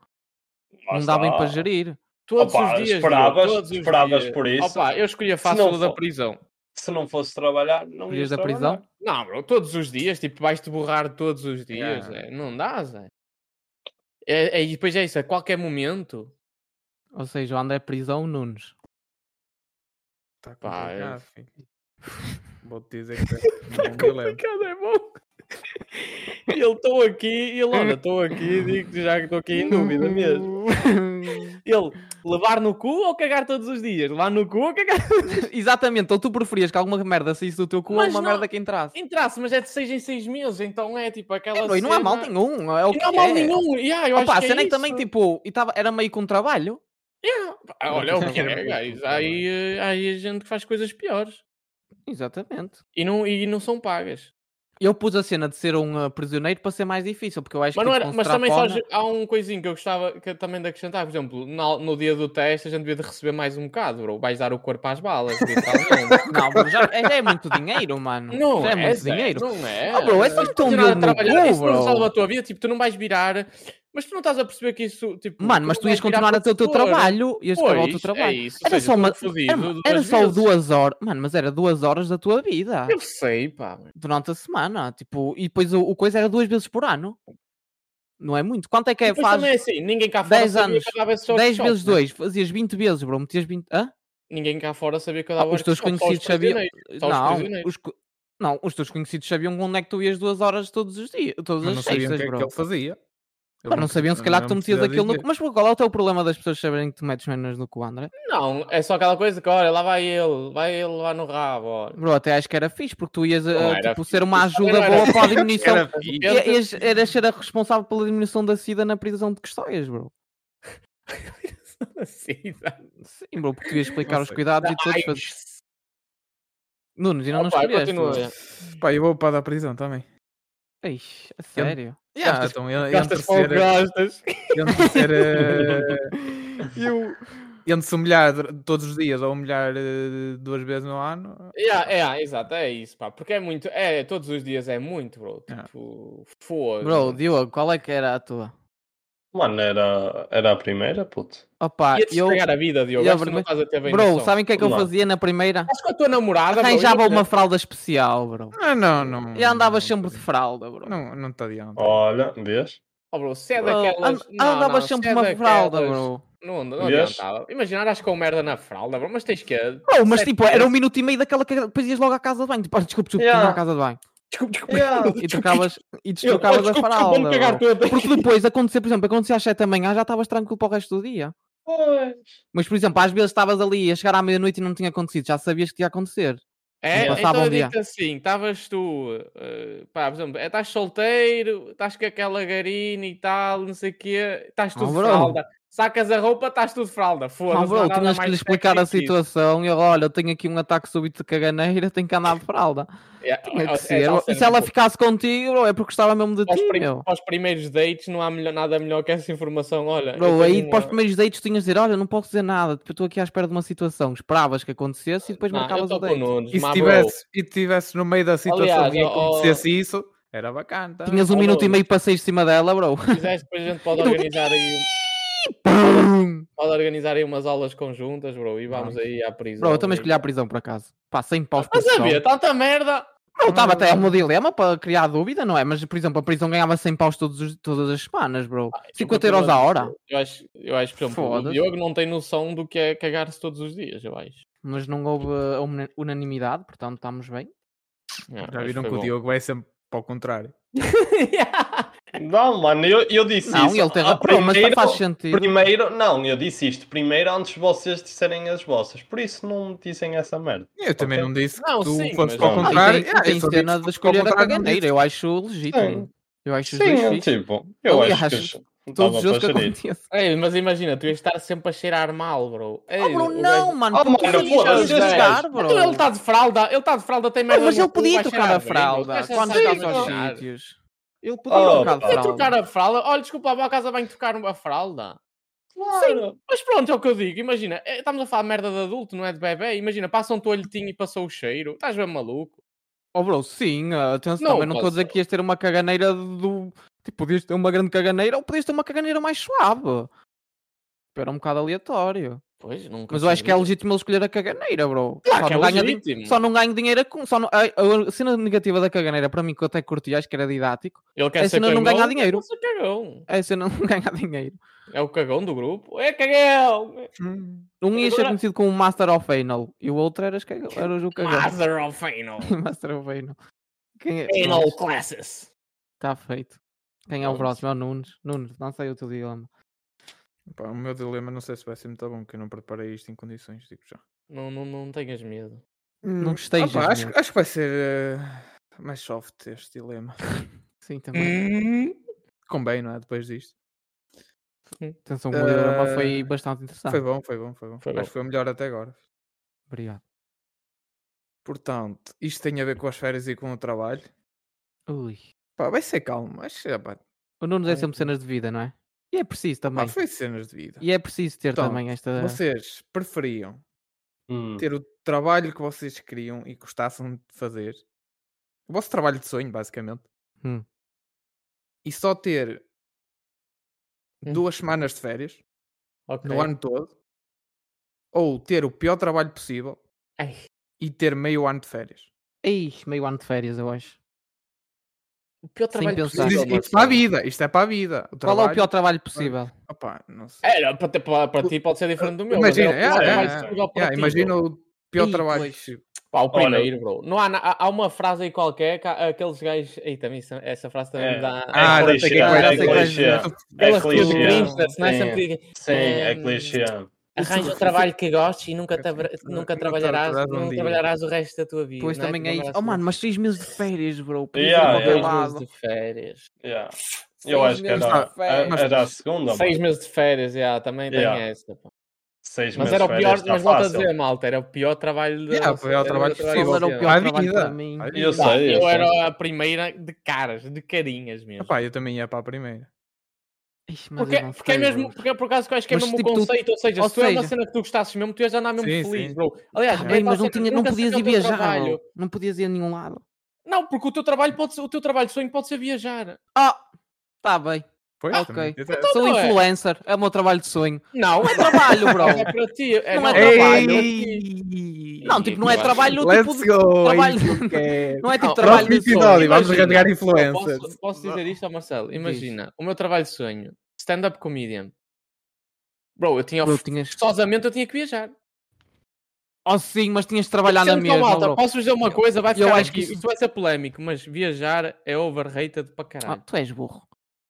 S4: Lá
S2: Não dá bem
S4: está.
S2: para gerir.
S3: Todos
S4: Opa,
S3: os dias,
S4: esperavas-
S3: bro, todos os
S4: esperavas
S3: dias.
S4: por isso.
S3: Opa, eu escolhi a
S4: Se não
S3: fácil da
S4: for-
S3: prisão.
S4: Se não fosse trabalhar, não
S2: Filhas
S4: ias
S2: da
S4: trabalhar. (laughs)
S2: prisão.
S3: Não, bro, todos os dias, tipo, vais-te borrar todos os dias, Zé.
S5: Yeah.
S3: não dá, Zé. É, é- e depois é isso, a qualquer momento,
S2: Ou seja, o André é Prisão Nunes. (laughs)
S5: Está
S3: Pá,
S5: tá complicado,
S3: é-
S5: filho. Vou-te dizer que é um dilema.
S3: Complicado é bom. E eu estou aqui, e ele, olha, estou aqui, digo já que estou aqui em dúvida mesmo. Ele, levar no cu ou cagar todos os dias? Levar no cu ou cagar?
S2: Exatamente, ou tu preferias que alguma merda saísse do teu cu
S3: Mas
S2: ou uma
S3: não-
S2: merda que entrasse.
S3: Entrasse, mas é de seis em seis meses, então é tipo aquela.
S2: É, bro, e não há mal
S3: cena-
S2: nenhum. É o
S3: E
S2: que
S3: não há mal
S2: é.
S3: nenhum. Yeah, eu
S2: Opa,
S3: acho
S2: a
S3: que é
S2: cena é que também,
S3: isso.
S2: tipo, e tava- era meio que um trabalho.
S3: Yeah. Ah, Olha, é
S2: (laughs)
S3: o que é,
S5: Exatamente.
S3: guys. Aí, eh, aí a gente que faz coisas piores.
S2: Exatamente.
S3: E não, e não são pagas.
S2: Eu pus a cena de ser um uh, prisioneiro para ser mais difícil, porque eu acho
S3: Mas,
S2: que.
S3: não
S2: tipo,
S3: era,
S2: com
S3: mas também só
S2: strapona-
S3: ju- há um coisinho que eu gostava que, eu também de acrescentar. Por exemplo, no, no dia do teste a gente devia de receber mais um bocado, bro. Vais dar o corpo às balas, literalmente.
S2: (laughs) Não, bro, já, é, já é muito dinheiro, mano.
S3: Não
S2: já é, muito
S3: Zé,
S2: dinheiro.
S3: Não é.
S2: Ah, bro, é só
S3: Não
S2: que tu um
S3: tens nada a
S2: dedo no
S3: trabalhar,
S2: cu,
S3: isso não
S2: bro.
S3: salva a tua vida, tipo, tu não vais virar, mas tu não estás a perceber que isso, tipo,
S2: Mano,
S3: tu
S2: mas
S3: não
S2: tu ias
S3: vais virar
S2: continuar a ter o teu
S3: professor.
S2: trabalho, ias acabar o teu
S3: Pois,
S2: trabalho.
S3: É isso,
S2: era só uma.
S3: Fodido,
S2: Era, era só
S3: vezes.
S2: duas horas. Mano, mas era duas horas da tua
S3: (laughs)
S2: vida.
S3: Eu sei, pá. mano.
S2: Durante a semana. Tipo, e depois o, o coisa era duas vezes por ano. Não é muito? Quanto é que é?
S3: Depois
S2: Faz
S3: também é assim, ninguém cá fora
S2: 10
S3: sabia
S2: anos,
S3: que eu dava esse
S2: 10
S3: workshop,
S2: vezes
S3: né?
S2: 2, fazias 20 vezes, bro. Metias 20. Hã?
S3: Ninguém cá fora sabia que eu
S2: Ah,
S3: dava
S2: os teus
S3: workshop, só
S2: conhecidos sabiam.
S3: prisioneiros. só os
S2: Não,
S3: prisioneiros.
S2: os, co- não, os teus conhecidos sabiam onde é que tu ias duas horas todos os dias, todas
S5: Mas
S2: as
S5: não sabiam o
S2: sextas,
S5: que é
S2: bro.
S5: que ele fazia.
S2: Pá, não sabiam se
S5: é
S2: calhar que tu metias aquilo no cu. Mas pô, qual é o teu problema das pessoas saberem que tu metes menos no cu, André?
S3: Não, é só aquela coisa que, olha, lá vai ele, vai ele lá no rabo, olha.
S2: Bro, até acho que era fixe, porque tu ias eh,
S3: era
S2: tipo, ser uma
S3: Isso também
S2: ajuda
S3: não era
S2: boa para a diminuição.
S5: Era
S3: Eu-
S2: Ia- Ias, eras é ser a responsável pela diminuição da SIDA na prisão de Custóias, bro. é-
S3: (laughs) Sim, tá.
S2: Sim, bro, porque tu ias explicar
S5: Não
S2: os
S5: sei.
S2: cuidados e todos.
S3: Ai,
S2: faz- Nunes, ainda não
S3: Opa,
S2: escolheste.
S3: continua.
S2: bro.
S5: Pá, eu vou para da
S2: (laughs)
S5: prisão também.
S2: Ei, a sério.
S5: Yeah,
S3: Gastas-
S5: então, en- entre
S3: Gastas com
S2: (laughs)
S5: ser,
S3: gastas.
S5: (laughs) entre ser, eh, entre se humilhar dur- todos os dias ou humilhar eh, duas vezes no ano,
S3: Yeah, yeah, exato, é isso, pá. Porque é muito, é, todos os dias é muito, bro.
S5: Yeah.
S3: Tipo, foda.
S2: Bro, Diogo, qual é que era a tua?
S4: Mano, era, era a primeira, puto.
S2: Opa,
S3: Ia-te
S2: eu.
S3: estragar a vida, Diogo.
S2: eu
S3: acho que tu não
S2: verme-
S3: estás a ter bem
S2: Bro,
S3: noção.
S2: sabem o que é que eu
S4: Vamos lá.
S2: fazia na primeira?
S3: Acho que a tua namorada... Ah, bro,
S2: Arranjava
S3: imagina-
S2: uma fralda especial, bro.
S5: ah, não,
S3: Hum,
S5: não.
S2: E andava
S5: não
S2: sempre
S5: te-
S2: de fralda, bro.
S5: Não, não te adianta.
S4: Olha, vês?
S3: Oh, bro, se é
S2: Bro,
S3: daquelas...
S2: an-
S3: não,
S2: andava
S3: não, se
S2: sempre
S3: é
S2: uma fralda,
S3: daquelas-
S2: bro.
S3: Não, não
S4: Vês?
S3: adiantava. Imagina, andas com merda na fralda, bro. Mas
S2: (laughs)
S3: tens que...
S2: Bro, mas
S3: sete
S2: tipo, era um
S3: vezes-
S2: minuto e meio daquela que depois ias logo à casa de banho. Tipo, ah, desculpa, desculpa, yeah.
S4: Yeah.
S2: à casa de banho.
S3: Desculpa, desculpa. (laughs)
S2: E trocavas, e trocavas a
S3: oh, desculpa,
S2: fralda.
S3: desculpa, vou-me cagar
S2: bro.
S3: toda.
S2: Porque depois acontecer, por exemplo, acontecia às 7 da manhã, já estavas tranquilo para o resto do dia.
S4: Pois.
S2: Mas, por exemplo, às vezes estavas ali a chegar à meia-noite e não tinha acontecido, já sabias que ia acontecer.
S3: É,
S2: Não
S3: então
S2: passava
S3: eu
S2: um dia.
S3: digo assim, estavas tu, eh, pá, por exemplo, eh, estás solteiro, estás com aquela garina e tal, não sei o quê, estás tu
S2: Oh,
S3: de
S2: bro.
S3: fralda, sacas a roupa, estás tu de fralda,
S2: Não,
S3: foda-se, não há
S2: bro,
S3: nada
S2: tinhas que
S3: mais
S2: lhe explicar a
S3: sexy que isso.
S2: situação e ele, olha, eu tenho aqui um ataque súbito de caganeira, tenho que andar de fralda.
S3: Yeah,
S2: Tinha
S3: é- é
S2: que ser.
S3: tal
S2: E se
S3: cena,
S2: ela
S3: tipo,
S2: ficasse contigo, bro, é porque gostava mesmo de
S3: Aos,
S2: ti,
S3: prim-
S2: meu.
S3: aos primeiros dates não há melhor- nada melhor que essa informação, olha. eu
S2: Bro,
S3: tenho
S2: aí para os
S3: uma-
S2: primeiros dates tinhas de dizer, olha, não posso dizer nada, tipo, eu estou aqui à espera de uma situação, esperavas que acontecesse e depois
S3: Não, eu
S2: marcavas
S3: tô
S2: o
S3: com o
S2: date.
S3: Nunes,
S5: E se
S3: mas, bro,
S5: tivesse, e tivesse no meio da situação
S3: Um Aliás, é
S5: e
S3: ó, ó-
S5: acontecesse isso, era bacana. tá? também.
S2: Tinhas um
S3: Oh,
S2: minuto e
S3: Nunes.
S2: meio para sair de cima dela, bro.
S3: se quiseres,
S2: (laughs)
S3: depois a gente pode
S2: Então-
S3: organizar aí, um-
S2: (laughs) Pum!
S3: pode organizar aí umas aulas conjuntas, bro, e vamos aí à prisão.
S2: Bro, eu também
S3: e-
S2: escolhi a prisão por acaso. Pá, 100 paus por
S3: Estás a
S2: sessão.
S3: ver? Tanta merda!
S2: Eu estava até ao meu dilema para criar dúvida, não é? Mas, por exemplo, a prisão ganhava 100 paus todos os- todas as semanas, bro.
S3: Eu
S2: 50
S3: continuo
S2: euros à
S3: a
S2: hora.
S3: dizer, Eu acho, eu acho por exemplo, o
S2: Tá. Foda-se.
S3: Diogo não tem noção do que é cagar-se todos os dias, eu acho.
S2: Mas não houve uh, una- unanimidade, portanto estamos bem.
S3: É,
S5: Já
S3: acho
S5: viram
S3: foi
S5: que o
S3: bom.
S5: Diogo vai sempre para o contrário.
S4: Não, mano, eu, eu disse
S2: Não,
S4: isso.
S2: ele tem
S4: Ah,
S2: razão, mas tá
S4: primeiro-
S2: faz sentido.
S4: Primeiro, não, eu disse isto. Primeiro, antes de vocês disserem as vossas. Por isso não me dizem essa merda.
S5: Eu também
S4: Ok.
S5: não disse que
S3: Não,
S5: tu
S3: sim, mas-
S5: fosses para o
S4: Ah, e
S2: Ah, e
S5: contrário.
S2: tem, e
S5: Ah, eu
S2: tem
S5: só
S2: cena de
S5: disse que fosses
S2: escolher a
S5: para o contrário, não
S2: caganeira,
S5: disse.
S2: eu acho legítimo. Eu acho os dois
S4: Sim,
S2: fixes.
S4: tipo, eu acho
S2: Aliás,
S4: que eu
S2: Todos os
S4: estava
S2: jogos que
S4: para gerir.
S2: acontece.
S3: Ei, mas imagina, tu ias estar sempre a cheirar mal, bro. Ei,
S2: Oh,
S3: o
S2: bro,
S3: gajo-
S2: não, mano.
S4: Oh,
S2: porque
S4: mano,
S2: tu sabias
S3: foda-se,
S2: que ias
S3: esse
S2: jogar, bro.
S3: Então ele está de fralda, ele está de fralda, tem merda.
S2: mas
S3: no
S2: ele
S3: cu,
S2: podia
S3: vai
S2: trocar a
S3: cheirar bem, bro.
S2: fralda
S3: Mas já
S2: quando tipo,
S3: sabes
S2: chegasse
S3: que vai
S2: aos
S3: cheirar.
S2: sítios. Ele podia
S4: Oh,
S2: trocar de
S4: pá.
S3: Quer
S2: fralda.
S3: trocar a fralda? Olha, desculpa, vou à casa bem trocar uma fralda.
S4: Claro.
S3: Mas pronto, é o que eu digo. Imagina, é, estamos a falar de merda de adulto, não é de bebê. Imagina, passa um toalhetinho e passou o cheiro. Estás bem maluco?
S2: Oh, bro, sim, ah, atenção,
S3: Não,
S2: eu não estou a dizer
S3: posso.
S2: que ias ter uma caganeira do. Tipo, podias ter uma grande caganeira ou podias ter uma caganeira mais suave. Tipo, Era um bocado aleatório.
S3: Pois, nunca.
S2: Mas eu acho que é
S3: sabia.
S2: legítimo ele escolher a caganeira, bro.
S3: Claro
S2: só,
S3: que
S2: não
S3: é
S2: ganho di-
S3: legítimo.
S2: só não ganho dinheiro com. Só não... a, a cena negativa da caganeira, para mim, que eu até curti, acho que era didático,
S3: Ele quer
S2: Esse
S3: ser
S2: é não- não
S3: cagão,
S2: ganha dinheiro.
S3: quer ser cagão.
S2: é a cena de não (laughs) ganhar dinheiro.
S3: É o cagão do grupo. É cagão!
S5: hum,
S2: Um ia ser
S3: Agora-
S2: conhecido como Master of Anal e o outro era, caga... era o cagão.
S3: Master of Anal.
S2: Master of Anal. Quem é?
S3: Anal Classes.
S2: Está feito. Quem é o
S3: Pronto.
S2: próximo? É o Nunes. Nunes, não sei o teu dilema.
S5: Pá, o meu dilema não sei se vai ser muito bom, porque eu não preparei isto em condições, digo já.
S3: Não, não, não tenhas medo.
S5: Hum,
S2: estejas
S5: opá, acho,
S2: mesmo.
S5: acho que vai ser eh, mais soft este dilema. (laughs)
S2: Sim, também.
S3: Hum.
S5: Convém, não é? Depois disto.
S2: Atenção, o meu dilema
S5: Eh,
S2: foi bastante interessante.
S5: Foi bom, foi bom, foi bom.
S3: Tá. Foi
S5: Acho
S3: bom.
S5: que foi o melhor até agora.
S2: Obrigado.
S5: Portanto, isto tem a ver com as férias e com o trabalho.
S2: Ui.
S5: Pá, vai ser calmo, mas é, pá,
S2: O Nunes é
S5: Ai,
S2: sempre
S5: pá.
S2: cenas de vida, não é? E é preciso também.
S5: pá, foi cenas de vida.
S2: E é preciso ter
S5: Então,
S2: também esta.
S5: Vocês preferiam
S4: Hum.
S5: ter o trabalho que vocês queriam e gostassem de fazer, o vosso trabalho de sonho, basicamente,
S2: Hum.
S5: e só ter
S3: Hum.
S5: duas semanas de férias
S3: Ok.
S5: no ano todo, ou ter o pior trabalho possível
S3: Ai.
S5: e ter meio ano de férias.
S2: Ei, meio ano de férias, eu acho.
S3: O pior trabalho
S2: pensar.
S5: Isto,
S3: possível,
S5: isto
S3: Marcelo.
S5: para a vida, isto é para a vida.
S2: Qual é o
S5: O trabalho-
S2: pior trabalho possível?
S5: Opá, não sei.
S3: É, não, para, ti- para- para ti pode ser diferente do meu. mas
S5: imagina,
S3: é o
S5: é,
S3: pior
S5: é,
S3: trabalho
S5: é,
S3: possível para
S5: yeah,
S3: ti,
S5: imagina
S3: bro.
S5: o pior
S2: Ih,
S5: trabalho
S2: pois.
S5: possível. (laughs)
S3: Pá, o
S4: Olha-
S3: primeiro, bro. Não há, na- há, há uma frase aí qualquer que há- aqueles gajos. Eita, isso- essa frase também
S4: É.
S3: me dá.
S4: É
S5: Ah, já sei
S4: clichê,
S5: que é
S2: Ah, já
S4: é
S2: sei que vais
S4: clichê.
S2: dizer.
S4: É
S3: Aquelas que tu
S4: clichê.
S3: brindes, não é sempre.
S4: Sim, é
S2: Ehm,
S3: Hum.
S4: clichê.
S3: Arranja um
S5: Isso-
S3: trabalho que gostes e nunca, te abra-
S5: Isso-
S3: nunca
S5: nunca
S3: trabalharás,
S5: trabalharás um
S3: não
S5: dia.
S3: trabalharás o resto da tua vida.
S2: Pois
S5: né,
S3: não
S2: também
S3: Tipo,
S2: é
S3: um
S2: isso.
S3: negócio
S2: Oh,
S5: assim.
S2: mano, mas seis meses de férias, bro. é Podia
S4: Yeah, é
S2: ser
S4: yeah.
S2: ao
S3: Dois
S4: mas-
S2: lado.
S3: meses de férias.
S4: Yeah.
S2: Seis
S4: Eu acho que
S2: meses
S4: era,
S2: de
S4: era
S2: férias.
S4: era a segunda.
S3: Seis
S4: mano.
S3: meses de férias, yeah, também tem
S4: Yeah.
S3: essa. pá.
S4: Seis
S3: Mas
S4: meses
S3: era o
S4: de
S3: pior,
S4: férias, tá
S3: mas volto a
S4: fácil.
S3: dizer, malta, era o pior trabalho da
S5: Yeah, foi o trabalho
S2: Qual
S5: possível.
S2: era o
S5: yeah.
S2: pior
S5: À
S2: trabalho
S5: vida.
S2: para mim?
S5: À
S4: Eu
S5: vida.
S3: Pá,
S4: sei, eu
S3: eu
S4: sei.
S3: era a primeira de caras, de carinhas mesmo.
S5: Epá, eu também ia para a primeira.
S2: Ixi, mas eu
S3: Porque,
S2: não
S3: porque é
S2: sei,
S3: mesmo,
S2: bro.
S3: porque é por acaso que eu acho que é
S2: Mas,
S3: mesmo
S2: tipo,
S3: o
S2: tu-
S3: conceito, ou seja,
S2: ou
S3: se tu é uma
S2: seja-
S3: cena que tu gostasses mesmo, tu ias andar mesmo
S5: Sim,
S3: feliz,
S5: sim.
S3: bro. Aliás,
S2: Tá
S3: é
S2: bem,
S3: tal
S2: mas não,
S3: cena,
S2: tinha, não
S3: nunca
S2: podias
S3: seja
S2: ir
S3: o teu
S2: viajar,
S3: trabalho.
S2: bro. Não podias ir a nenhum lado.
S3: Não, porque o teu trabalho pode ser- o teu trabalho de sonho pode ser viajar.
S2: Ah, tá bem.
S5: Pois,
S2: Ok.
S5: também tens-
S2: Sou
S3: não é.
S2: influencer. É o meu trabalho de sonho.
S3: Não, é
S2: Trabalho, (laughs) bro.
S3: É para ti. É,
S2: Não é
S5: Ei,
S2: trabalho.
S5: ei,
S2: Não, tipo, não é
S3: Claro.
S2: trabalho,
S5: Let's
S2: tipo, de-
S5: go!
S2: trabalho-
S5: é isso que eu quero.
S2: (laughs) não é tipo
S3: Não,
S2: trabalho de
S5: Próximo
S2: sonho.
S5: episódio, vamos
S3: Imagina,
S5: rasgar
S3: Eu
S5: influencers.
S3: Posso, posso dizer isto ao Marcelo? Imagina, o meu trabalho de sonho, stand-up comedian. Bro, eu tinha
S2: Bro,
S3: of...
S2: tinhas...
S3: forçosamente eu tinha que viajar.
S2: Oh sim, mas tinhas de trabalhar na
S3: Sendo que, ó,
S2: mesma,
S3: malta,
S2: bro.
S3: posso dizer uma coisa, vai
S2: Eu
S3: ficar
S2: acho que
S3: aqui,
S2: isso-
S3: isto vai ser polémico, mas viajar é overrated para
S2: Ah,
S3: caralho.
S2: tu és burro.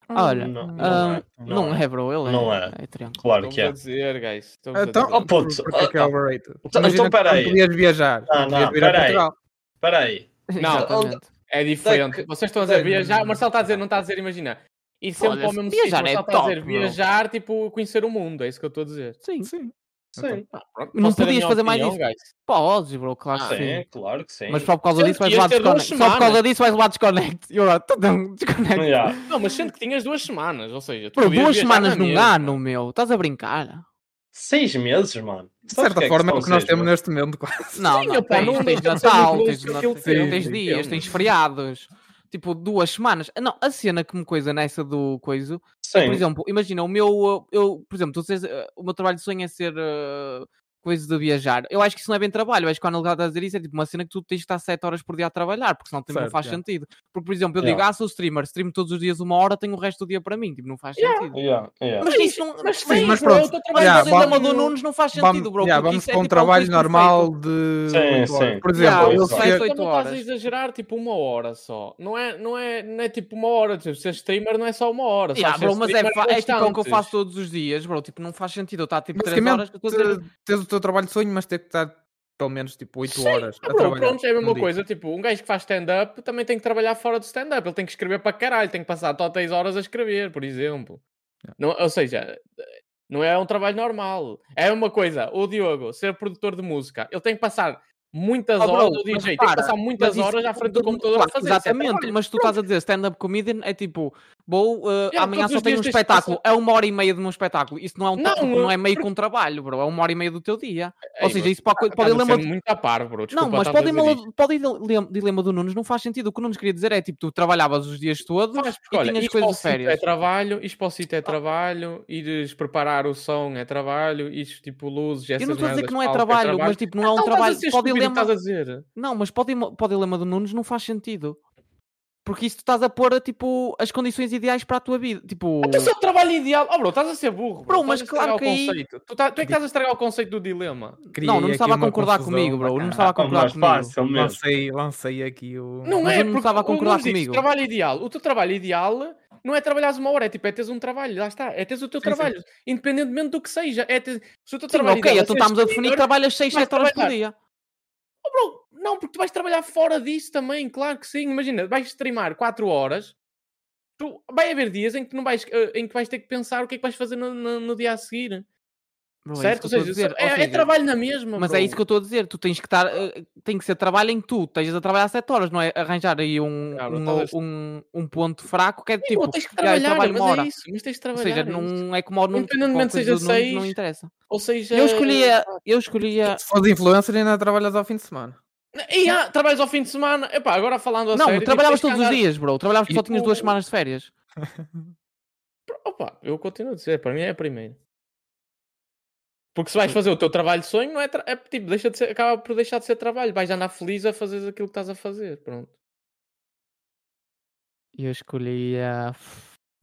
S2: Olha,
S4: Não,
S2: ah,
S4: não é,
S2: não,
S4: não é.
S2: é. bro, ele é.
S4: Não é.
S2: triângulo. (laughs)
S4: Claro que
S3: Estou-vos a
S4: é.
S3: dizer, guys. estou-vos a
S5: Então,
S3: dizer.
S5: oh, por-
S4: puto,
S5: porque é que é
S4: oh,
S5: overrated?
S4: então
S5: Imagina que
S4: peraí.
S5: Não podias viajar.
S4: Ah,
S5: podias
S4: não,
S5: vir a
S4: peraí.
S5: Portugal.
S4: Espera aí.
S3: Não,
S2: Exatamente.
S3: É diferente.
S4: Sei que-
S3: Vocês estão a dizer
S4: sei-
S3: viajar. O Marcelo está a dizer, não está a dizer, imagina. Ir sempre
S2: Olha,
S3: para o mesmo
S2: viajar
S3: sítio.
S2: é
S3: o Marcelo está a
S2: top,
S3: dizer,
S2: meu.
S3: viajar, tipo, conhecer o mundo. É isso que eu estou a dizer.
S2: Sim.
S5: Sim.
S4: Sim,
S2: Não
S3: Posso ter a
S2: podias
S3: minha
S2: fazer mais
S3: opinião,
S2: isso.
S3: guys?
S2: Podes, bro, claro que
S4: sim,
S3: Ah,
S2: sim.
S4: claro que sim.
S2: Mas só por causa
S3: Sendo
S2: disso
S3: que
S2: vais
S3: ias
S2: levar
S3: ter duas
S2: desconnect. Só por causa
S3: semanas.
S2: disso vais levar (laughs) desconnect. E agora, tudum, desconnect.
S4: Yeah.
S3: Não, mas sendo que tinhas duas semanas, ou seja, tu
S2: Bro,
S3: podias
S2: duas
S3: viajar
S2: semanas
S3: na
S2: num
S3: mesma.
S2: ano, meu. Estás a brincar?
S4: Seis meses, mano.
S5: De certa forma é o que nós temos
S4: neste.
S5: neste momento, quase.
S2: Não,
S3: Sim,
S2: não,
S3: opa,
S2: tens,
S3: não é
S2: tens
S3: deixa de ser
S2: Natal,
S3: muito
S2: tens,
S3: lúcido
S2: Natal,
S3: aquele filme,
S2: tens dias,
S3: entendo.
S2: tens feriados. Tipo, duas semanas. Ah, Não, a cena que me coisa nessa do coiso.
S4: Sim,
S2: Por exemplo, imagina, o meu. uh, Eu, por exemplo, tu dizes, uh, o meu trabalho de sonho é ser uh, coisa de viajar. Eu acho que isso não é bem trabalho. Eu acho que quando ele está a dizer isso é tipo uma cena que tu tens de estar 7 horas por dia a trabalhar, porque senão também não
S5: Certo,
S2: faz
S5: é.
S2: sentido. Porque, por exemplo, eu
S4: Yeah.
S2: digo, ah, sou streamer, streamo todos os dias uma hora, tenho o resto do dia para mim. Tipo, não faz sentido.
S4: yeah, yeah.
S2: Mas isso não.
S3: Mas
S5: Sim,
S3: sim,
S5: mas
S3: bro,
S5: pronto.
S3: o teu
S2: Mas
S3: trabalho
S5: Olha,
S2: o
S5: Yeah,
S2: dilema
S3: vamos-
S2: do Nunes não faz
S5: Vamos,
S2: sentido, bro.
S5: yeah,
S2: porque
S5: vamos
S2: isso é
S5: para um
S2: tipo
S5: trabalho
S2: autoconceito.
S5: normal de.
S4: Sim,
S5: oito horas.
S4: sim.
S5: Por
S2: Yeah,
S5: exemplo,
S4: eu
S5: eu
S4: sei,
S5: fui-
S2: Às
S3: Mas
S2: oito
S3: também estás a
S2: horas.
S3: exagerar tipo uma hora só. Não é, não é, não é tipo uma hora. Tipo, ser streamer não é só uma hora.
S2: Yeah,
S3: sabes?
S2: bro,
S3: Ser
S2: mas é,
S3: streamer Ah,
S2: fa- é tipo é o que eu
S3: constantes.
S2: faço todos os dias, bro. Tipo, não faz sentido eu estar tipo 3 horas.
S5: basicamente,
S2: que eu tô a dizer-
S5: te- tens o teu trabalho de sonho, mas ter que estar pelo menos tipo 8 horas
S3: Ah,
S5: a
S3: bro,
S5: trabalhar.
S3: pronto, é a
S5: num
S3: mesma
S5: dia.
S3: coisa. Tipo, um gajo que faz stand-up também tem que trabalhar fora do stand-up. Ele tem que escrever para caralho, tem que passar tó 10 horas a escrever, por exemplo. Não, ou seja, não é um trabalho normal. É uma coisa, o Diogo, ser produtor de música, ele tem que passar muitas
S2: Oh, bro,
S3: horas, o
S2: mas
S3: DJ tem que
S2: repara,
S3: passar muitas
S2: mas isso
S3: horas à frente do
S2: todo mundo
S3: computador a
S2: faz,
S3: fazer isso, é
S2: Exatamente,
S3: trabalho.
S2: mas tu estás a dizer stand-up comedian é tipo, vou uh,
S3: Yeah,
S2: amanhã
S3: todos
S2: só
S3: os
S2: tenho um
S3: dias tens de
S2: espetáculo, é uma hora e meia de um espetáculo. Isso não é um tra-
S3: Não,
S2: tipo, não é
S3: eu- É,
S2: meio com trabalho, bro, é uma hora e meia do teu dia.
S3: Ei,
S2: Ou seja,
S3: Ah, mas
S2: isso pode, pode
S3: estás a ser
S2: dilema.
S3: muito à par, bro.
S2: Não,
S3: Desculpa,
S2: mas
S3: estás a
S2: pode
S3: dizer isto.
S2: dilema, pode dilema, dilema do Nunes, não faz sentido. O que o Nunes queria dizer é tipo, tu trabalhavas os dias todos
S3: Mas, porque,
S2: e
S3: olha,
S2: tinhas
S3: ir
S2: coisas
S3: ao
S2: de
S3: sítio
S2: férias.
S3: é trabalho, expósito é trabalho, ires preparar o som é trabalho, isto tipo luzes, essas
S2: Eu não estou a dizer
S3: merdas,
S2: que não é
S3: palco,
S2: trabalho, mas tipo, não é um
S3: Não, estás a
S2: trabalho.
S3: ser
S2: Pode
S3: estúpido,
S2: dilema.
S3: estás a dizer.
S2: Não, mas para o, dilema, para o dilema do Nunes não faz sentido. Porque isso tu estás a pôr, tipo, as condições ideais para a tua vida. Tipo,
S3: Até se é o trabalho ideal. Oh, bro, estás a ser burro.
S2: Bro,
S3: Bro,
S2: mas
S3: Estás a estragar
S2: claro
S3: o
S2: que aí-
S3: conceito. Tu, tá- tu é que estás a estragar o conceito do dilema.
S5: Criei
S2: não, não
S5: aqui
S2: estava a
S5: uma
S2: concordar
S5: confusão
S2: comigo,
S5: para
S2: bro. Não
S5: cá.
S2: estava a
S4: Ah, como
S2: concordar
S4: mais
S2: comigo.
S4: fácil mesmo.
S5: Lancei, lancei aqui o.
S3: Não
S2: Mas
S3: é,
S2: eu não
S3: porque
S2: estava a
S3: o
S2: concordar
S3: Nunes disse,
S2: comigo.
S3: trabalho é ideal. O teu trabalho ideal não é trabalhares uma hora, é tipo, é teres um trabalho, lá está. É teres o teu
S5: Sim, sim.
S3: trabalho, independentemente do que seja. É ter... Se o teu
S2: Sim,
S3: trabalho
S2: ok,
S3: ideal é
S2: então
S3: ser
S2: estamos a definir que
S3: escritor,
S2: trabalhas 6,
S3: vais
S2: 7 horas por
S3: trabalhar.
S2: dia.
S3: Oh, bro, não, porque tu vais trabalhar fora disso também, claro que sim. Imagina, vais streamar 4 horas. Tu, vai haver dias em que, tu não vais, eh, em que vais ter que pensar o que é que vais fazer no, no- no dia a seguir.
S2: Bro, é
S3: certo? Ou
S2: isso que eu
S3: seja,
S2: estou a dizer.
S3: é,
S2: Ou
S3: é
S2: seja,
S3: trabalho na mesma.
S2: Mas é isso que eu estou a dizer. Tu tens que estar. eh, Tem que ser trabalho em que tu. Estejas a trabalhar 7 horas, não é? Arranjar aí um,
S3: Claro,
S2: um,
S3: Ah, talvez-
S2: um, um ponto fraco que é
S3: tipo,
S2: tipo.
S3: tens que
S2: "Ya, eu
S3: trabalhar,
S2: trabalho uma
S3: mas
S2: hora."
S3: é isso. Mas tens de
S2: Ou
S3: trabalhar.
S2: seja,
S3: é isso.
S2: não é como o Nunes.
S3: Independentemente
S2: qualquer
S3: seja
S2: coisa do Nunes, Não
S3: seis,
S2: interessa.
S3: Ou seja,
S2: Eu escolhia. Eu escolhia.
S3: Tá.
S5: Se fores influencer, ainda trabalhas ao fim de semana.
S3: E, ah, trabalhas ao fim de semana. Epá, agora falando a
S2: Não,
S3: sério, tipo,
S2: trabalhavas
S3: tens que
S2: todos os
S3: andar-
S2: dias, bro. Trabalhavas porque só tinhas duas
S3: Eu-
S2: semanas de férias.
S3: Opa, eu continuo a dizer, para mim é a primeira. Porque se vais fazer o teu trabalho de sonho, não é, tra- é tipo, deixa de ser, acaba por deixar de ser trabalho. Vais andar feliz a fazer aquilo que estás a fazer. Pronto.
S2: Eu escolhia.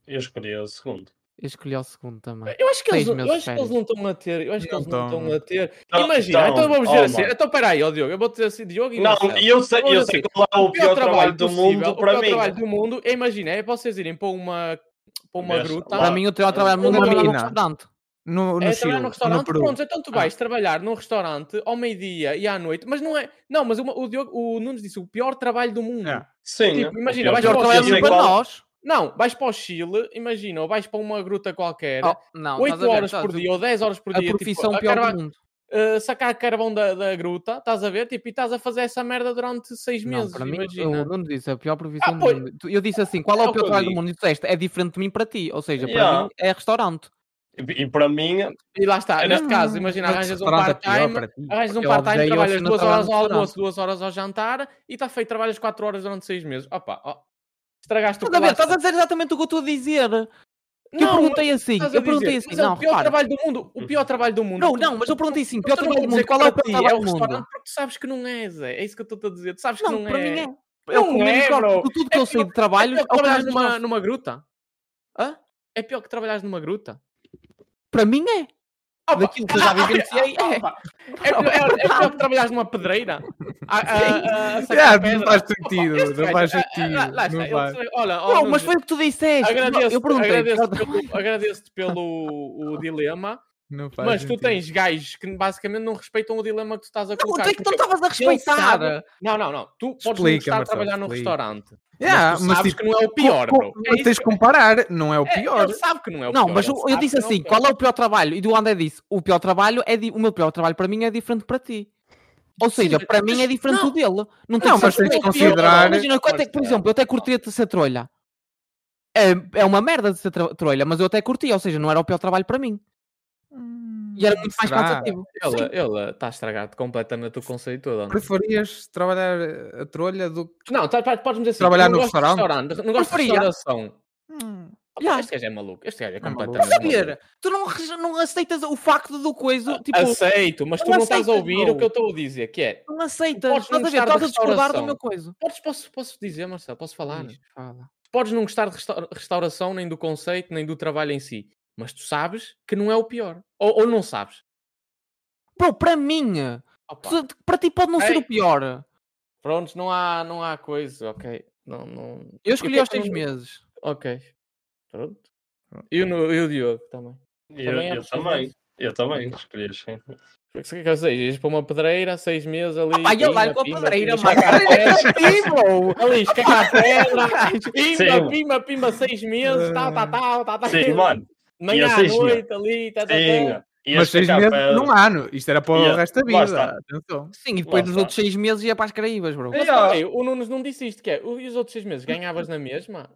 S4: Eu escolhi o segundo.
S2: Eu escolhi o segundo também.
S3: Eu acho que eles,
S2: Seis
S3: não-
S2: meses
S3: eu
S2: de
S3: acho que eles
S2: férias.
S3: não estão a ter. Eu acho que
S5: Não
S3: eles não
S5: tão,
S3: estão
S5: não.
S3: a ter.
S4: Tão,
S3: Imagina,
S4: tão.
S3: então vamos dizer
S4: Oh,
S3: assim.
S4: Tá, mano.
S3: Então peraí, ó Diogo, eu vou dizer assim, Diogo e
S4: Não,
S3: Marcelo.
S4: eu sei,
S3: Vamos
S4: eu
S3: assim,
S4: sei qual é o pior trabalho do mundo
S3: o
S4: para
S3: pior trabalho
S4: mim.
S3: do mundo, é, imagina, é vocês irem para uma, para uma
S4: Deixa
S3: gruta.
S4: lá.
S2: Para mim, o teu trabalho
S3: Uma
S2: não é um trabalhar num
S5: mina.
S2: restaurante.
S5: No, no
S3: é
S5: Chile,
S3: trabalhar num
S5: no
S3: restaurante,
S5: Peru.
S3: pronto, então tu
S2: Ah.
S3: vais trabalhar num restaurante ao meio-dia e à noite, mas não é. Não, mas uma- o, Diogo, o Nunes disse o pior trabalho do mundo.
S5: É.
S4: Sim.
S3: Tipo,
S4: o
S3: imagina,
S4: pior
S3: vais
S2: Pior
S3: Não,
S4: trabalho-
S3: eu
S2: trabalho
S3: sei
S2: para
S4: qual-
S2: nós.
S3: Não, vais para o Chile, imagina, ou vais para uma gruta qualquer,
S2: Oh, não, estás
S3: 8
S2: a ver,
S3: horas
S2: estás
S3: por
S2: a-
S3: dia ou 10 horas por
S2: A
S3: dia,
S2: profissão
S3: tipo, a
S2: pior
S3: carva-
S2: do mundo.
S3: eh, sacar carvão da, da gruta, estás a ver? Tipo, e estás a fazer essa merda durante 6
S2: Não,
S3: meses,
S2: para mim,
S3: imagina. Ah,
S2: eu não disse a pior profissão do
S3: pois.
S2: mundo. Tu- Eu disse assim: qual é
S3: É
S2: o
S3: o que
S2: pior
S3: eu
S2: trabalho do
S3: digo.
S2: mundo? E tu disseste, é diferente de mim para ti. Ou seja, para
S4: Yeah.
S2: mim é restaurante.
S4: E e para mim,
S3: E lá está,
S2: É
S4: Era-
S3: neste caso, imagina, arranjas um
S5: Restaurante é pior
S3: part-time,
S5: para ti.
S3: arranjas um
S2: porque é óbvio, já
S3: part-time,
S2: ia ao
S3: trabalhas
S2: cinema
S3: duas horas ao
S2: trabalhar no
S3: almoço, duas horas ao jantar e está feito, trabalhas 4 horas durante 6 meses. Opa, ó, estragaste o
S2: Estás a ver?
S3: que lá
S2: Estás a dizer exatamente o que eu estou a dizer. Que eu
S3: Não,
S2: perguntei assim.
S3: estás a
S2: Eu perguntei
S3: dizer,
S2: assim:
S3: mas é
S2: não,
S3: o pior
S2: repara.
S3: trabalho do mundo, o
S5: Uhum.
S3: pior trabalho do mundo.
S2: Não,
S3: Tu-
S2: não, mas eu perguntei assim:
S3: Mas
S2: pior
S3: tu não
S2: trabalho do
S3: vou
S2: mundo,
S3: dizer que
S2: qual é o
S3: para
S2: pior
S3: ti
S2: trabalho do
S3: restaurante
S2: mundo?
S3: Porque tu sabes que não é, Zé. É isso que eu estou a dizer. Tu sabes que
S2: Não,
S3: não
S2: para
S3: é.
S2: mim é. É o
S3: Não
S2: que menos
S3: é,
S2: gosto
S3: bro.
S2: de tudo que
S3: É
S2: eu sei
S3: pior-
S2: de trabalhos.
S3: é
S2: é
S3: pior
S2: o que
S3: trabalhar
S2: menos
S3: numa,
S2: gosto.
S3: numa gruta?
S2: Hã?
S3: É pior que trabalhares numa
S2: (laughs)
S3: gruta?
S2: Para mim é.
S3: Opa,
S2: Daquilo que eu já vivenciei é.
S3: (laughs) opa, É, pior- é, é pior que trabalhares numa pedreira? A, a, a, a sacar
S5: Yeah,
S3: pedra?
S5: É, não faz
S3: Opa, (laughs)
S5: sentido,
S3: este
S5: não faz
S3: gajo- ah, ah,
S5: sentido,
S3: lá- lá está,
S5: não
S3: ele-
S5: faz.
S3: Olha, ó,
S2: Não, mas
S3: Nunes,
S2: foi o que tu disseste.
S3: agradeço-te-
S2: Eu perguntei.
S3: agradeço-te pelo,
S2: (laughs)
S3: agradeço-te pelo o dilema,
S5: Não faz
S3: mas tu
S5: sentido.
S3: tens gajos que basicamente não respeitam o dilema que tu estás a
S2: Não,
S3: colocar.
S2: tu é que não
S3: porque-
S2: estavas a
S3: ele
S2: respeitar.
S3: sabe- Não, não, não. Tu podes não
S5: Explica,
S3: gostar de
S5: Marcelo,
S3: trabalhar num
S5: explica.
S3: restaurante.
S5: Yeah,
S3: mas tu sabes
S5: tipo,
S3: que não é o pior,
S5: co-
S3: bro.
S5: co-
S3: É
S5: Mas
S3: isso
S5: tens de comparar, não é o
S3: É,
S5: pior.
S3: ele sabe que não é o
S2: Não,
S3: pior.
S2: mas
S3: ele
S2: eu, eu
S3: sabe
S2: disse
S3: que não
S2: assim:
S3: pior.
S2: qual é o pior trabalho? E do André disse: o pior trabalho é di- o meu pior trabalho para mim é diferente para ti. Ou seja,
S3: Sim,
S2: para mim é
S3: mas-
S2: diferente
S3: não.
S2: do dele. Não, tem que
S5: Não,
S2: ser
S5: mas tens de
S2: o pior.
S5: considerar-
S2: Imagina, eu até- por
S3: Marcelo.
S2: exemplo, eu até curtia de ser trolha. É, é uma merda de ser tro- trolha, mas eu até curti, ou seja, não era o pior trabalho para mim. E era muito mais
S5: Será?
S2: cansativo.
S3: Ele, ele está a estragar-te completamente o conceito todo. André.
S5: Preferias trabalhar eh, a trolha do que.
S3: Não, tá- pá, podes-me dizer assim:
S5: Trabalhar
S3: eu não
S5: no
S3: gosto de
S5: restaurante?
S3: Não gosto de
S2: Preferia.
S3: restauração. Ah, pá,
S2: Yeah.
S3: Este gajo é maluco. Este gajo é
S5: É maluco.
S3: completamente maluco.
S2: Saber, tu não, re- não aceitas o facto do coisa, tipo,
S3: Ah, Aceito, mas tu
S2: não
S3: não estás a
S2: aceitas,
S3: ouvir
S2: bro.
S3: o que eu estou a dizer, que é...
S2: não aceitas,
S3: podes não
S2: estás a ver,
S3: gostar da
S2: estás a discordar do
S3: restauração.
S2: meu coisa.
S3: Podes, posso, posso dizer, Marcelo? Posso falar?
S2: Diz, fala.
S3: Podes não gostar de resta- restauração, nem do conceito, nem do trabalho em si. Mas tu sabes que não é o pior. Ou, ou não sabes.
S2: Bro, para mim,
S3: Opa.
S2: tu- para ti pode não ser
S3: Ei.
S2: o pior.
S3: Prontos, não há, não há coisa, ok. Não, não...
S2: Eu escolhi
S3: que é
S2: aos
S3: que
S2: 6
S3: não-
S2: meses.
S3: Ok. Pronto. E o, Nu- e o Diogo também.
S4: eu,
S3: Também é
S4: eu
S3: preciso
S4: também.
S3: isso.
S4: Eu também escolhi, sim.
S3: O que é que eu sei? Ias para uma pedreira, seis meses ali.
S2: Pá, eu
S3: pimba,
S2: largo a
S3: pimba,
S2: pedreira,
S3: pimba,
S2: mano.
S4: (laughs)
S3: escacar a pedra,
S2: Sim,
S3: Ali, escacar a pedra.
S4: Sim.
S3: Pimba, pimba, pimba, seis meses. Tá, tá, tá, tá, tá.
S4: Sim, mano.
S3: Manhã
S4: eu
S3: à
S4: seis meses.
S3: noite ali. Tá, tá,
S4: Sim,
S3: tá.
S4: mano. E
S5: mas
S4: este
S5: seis
S4: capa
S5: meses
S4: é-
S5: num ano. Isto era para o
S4: Yeah,
S5: resto da
S4: lá
S5: vida.
S4: está.
S5: Atenção.
S2: Sim, e depois
S4: Lá
S2: nos
S4: está.
S2: outros seis meses ia para as Caraíbas, bro.
S3: Mas
S4: Yeah.
S3: também, o Nunes não disse isto, que é, o- e os outros seis meses, ganhavas na mesma?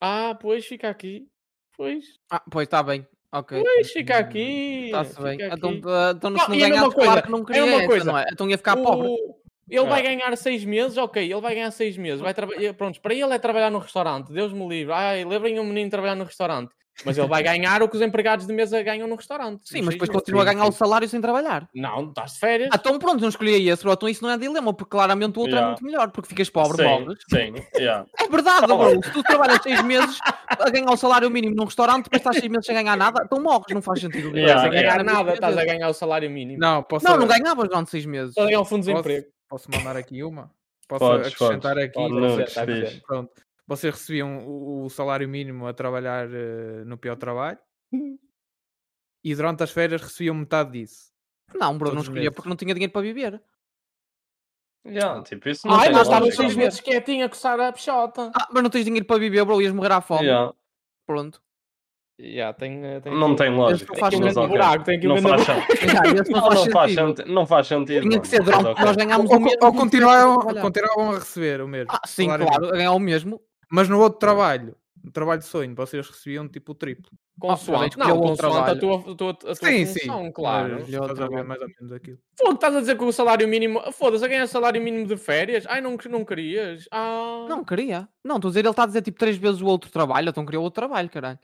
S3: Ah, pois, fica aqui. Pois,
S2: Ah, pois está Tá bem. Ok.
S3: pois, fica aqui.
S2: Está-se
S3: fica
S2: bem.
S3: aqui.
S2: Então, ah, então
S3: Não,
S2: se não
S3: e era uma
S2: ganhasse,
S3: coisa,
S2: claro que não
S3: era
S2: queria
S3: uma
S2: essa,
S3: coisa.
S2: não é? Então ia ficar pobre.
S3: O- Ele vai
S4: Ah.
S3: ganhar seis meses, ok, ele vai ganhar seis meses. Vai trabalhar, pronto, para ele é trabalhar no restaurante, Deus me livre. Ai, lembrem um menino trabalhar no restaurante. Mas ele vai ganhar o que os empregados de mesa ganham no restaurante.
S2: Sim,
S3: nos
S2: mas
S3: seis
S2: depois
S3: meses.
S2: continua a ganhar o salário sem trabalhar.
S3: Não, estás de férias.
S2: Ah, então pronto, não escolhi esse, bro. Então isso não é dilema, porque claramente o outro é
S4: Yeah.
S2: muito melhor, porque ficas pobre, morres.
S4: Sim, sim, yeah.
S2: É verdade, bro. Se tu trabalhas seis meses a ganhar o salário mínimo num restaurante, depois estás seis meses sem ganhar nada, então morres, não faz sentido.
S4: Yeah,
S3: Estás a
S4: yeah.
S3: ganhar nada, estás a ganhar o salário mínimo.
S5: Não, posso,
S2: é. Não, não ganhavas durante seis meses.
S3: Estás a ganhar o fundo de
S5: posso,
S3: desemprego.
S5: posso mandar aqui uma? Posso
S4: Podes,
S5: acrescentar
S4: podes.
S5: aqui?
S4: Podes,
S5: Vocês-
S4: Nunes, diz.
S5: Pronto. Vocês recebiam o, o salário mínimo a trabalhar eh, no pior trabalho e durante as férias recebiam metade disso.
S2: Não, bro, não
S5: Todos
S2: escolhia
S5: meses.
S2: porque não tinha dinheiro para viver.
S4: Yeah, tipo, isso não
S3: Ai,
S4: tem
S3: mas estava
S4: lógica,
S3: seis
S4: não.
S3: meses quietinho a coçar a peixota.
S2: Ah, mas não tens dinheiro para viver, bro, ias morrer à fome.
S4: Yeah,
S2: Pronto.
S3: Já, tem, tem um
S4: Não tem lógica.
S2: Este não faz
S4: mas
S2: sentido.
S4: ok.
S3: Buraco, tem que
S4: não,
S3: ver no
S4: faz sentido.
S2: Já, esse (laughs) não,
S4: não,
S2: faz
S4: não faz
S2: sentido.
S4: sentido. Não faz sentido.
S2: Tinha
S4: mano,
S2: que ser
S4: mas
S2: durante
S4: ok.
S2: nós é ganhámos
S5: Ou,
S2: o mesmo.
S5: ou
S2: não tinha dinheiro
S5: continuavam,
S2: para trabalhar.
S5: continuavam a receber o mesmo.
S2: Ah, sim,
S5: salário
S2: claro,
S5: mínimo.
S2: a ganhar o mesmo.
S5: Mas no outro trabalho, no trabalho de sonho, vocês recebiam tipo o triplo.
S3: Consoante,
S2: Ah,
S3: não,
S2: pronto,
S3: consoante a
S2: trabalho.
S3: tua, a tua, a tua função, claro.
S5: Mas
S2: Melhor
S5: estás a ver
S2: trabalho.
S5: mais ou menos aquilo.
S3: Fogo, estás a dizer que o salário mínimo. Foda-se, a ganhar salário mínimo de férias? Ai, não, não querias? Ah.
S2: Não, queria. Não, estou a dizer, ele está a dizer tipo três vezes o outro trabalho, então queria outro trabalho, caralho.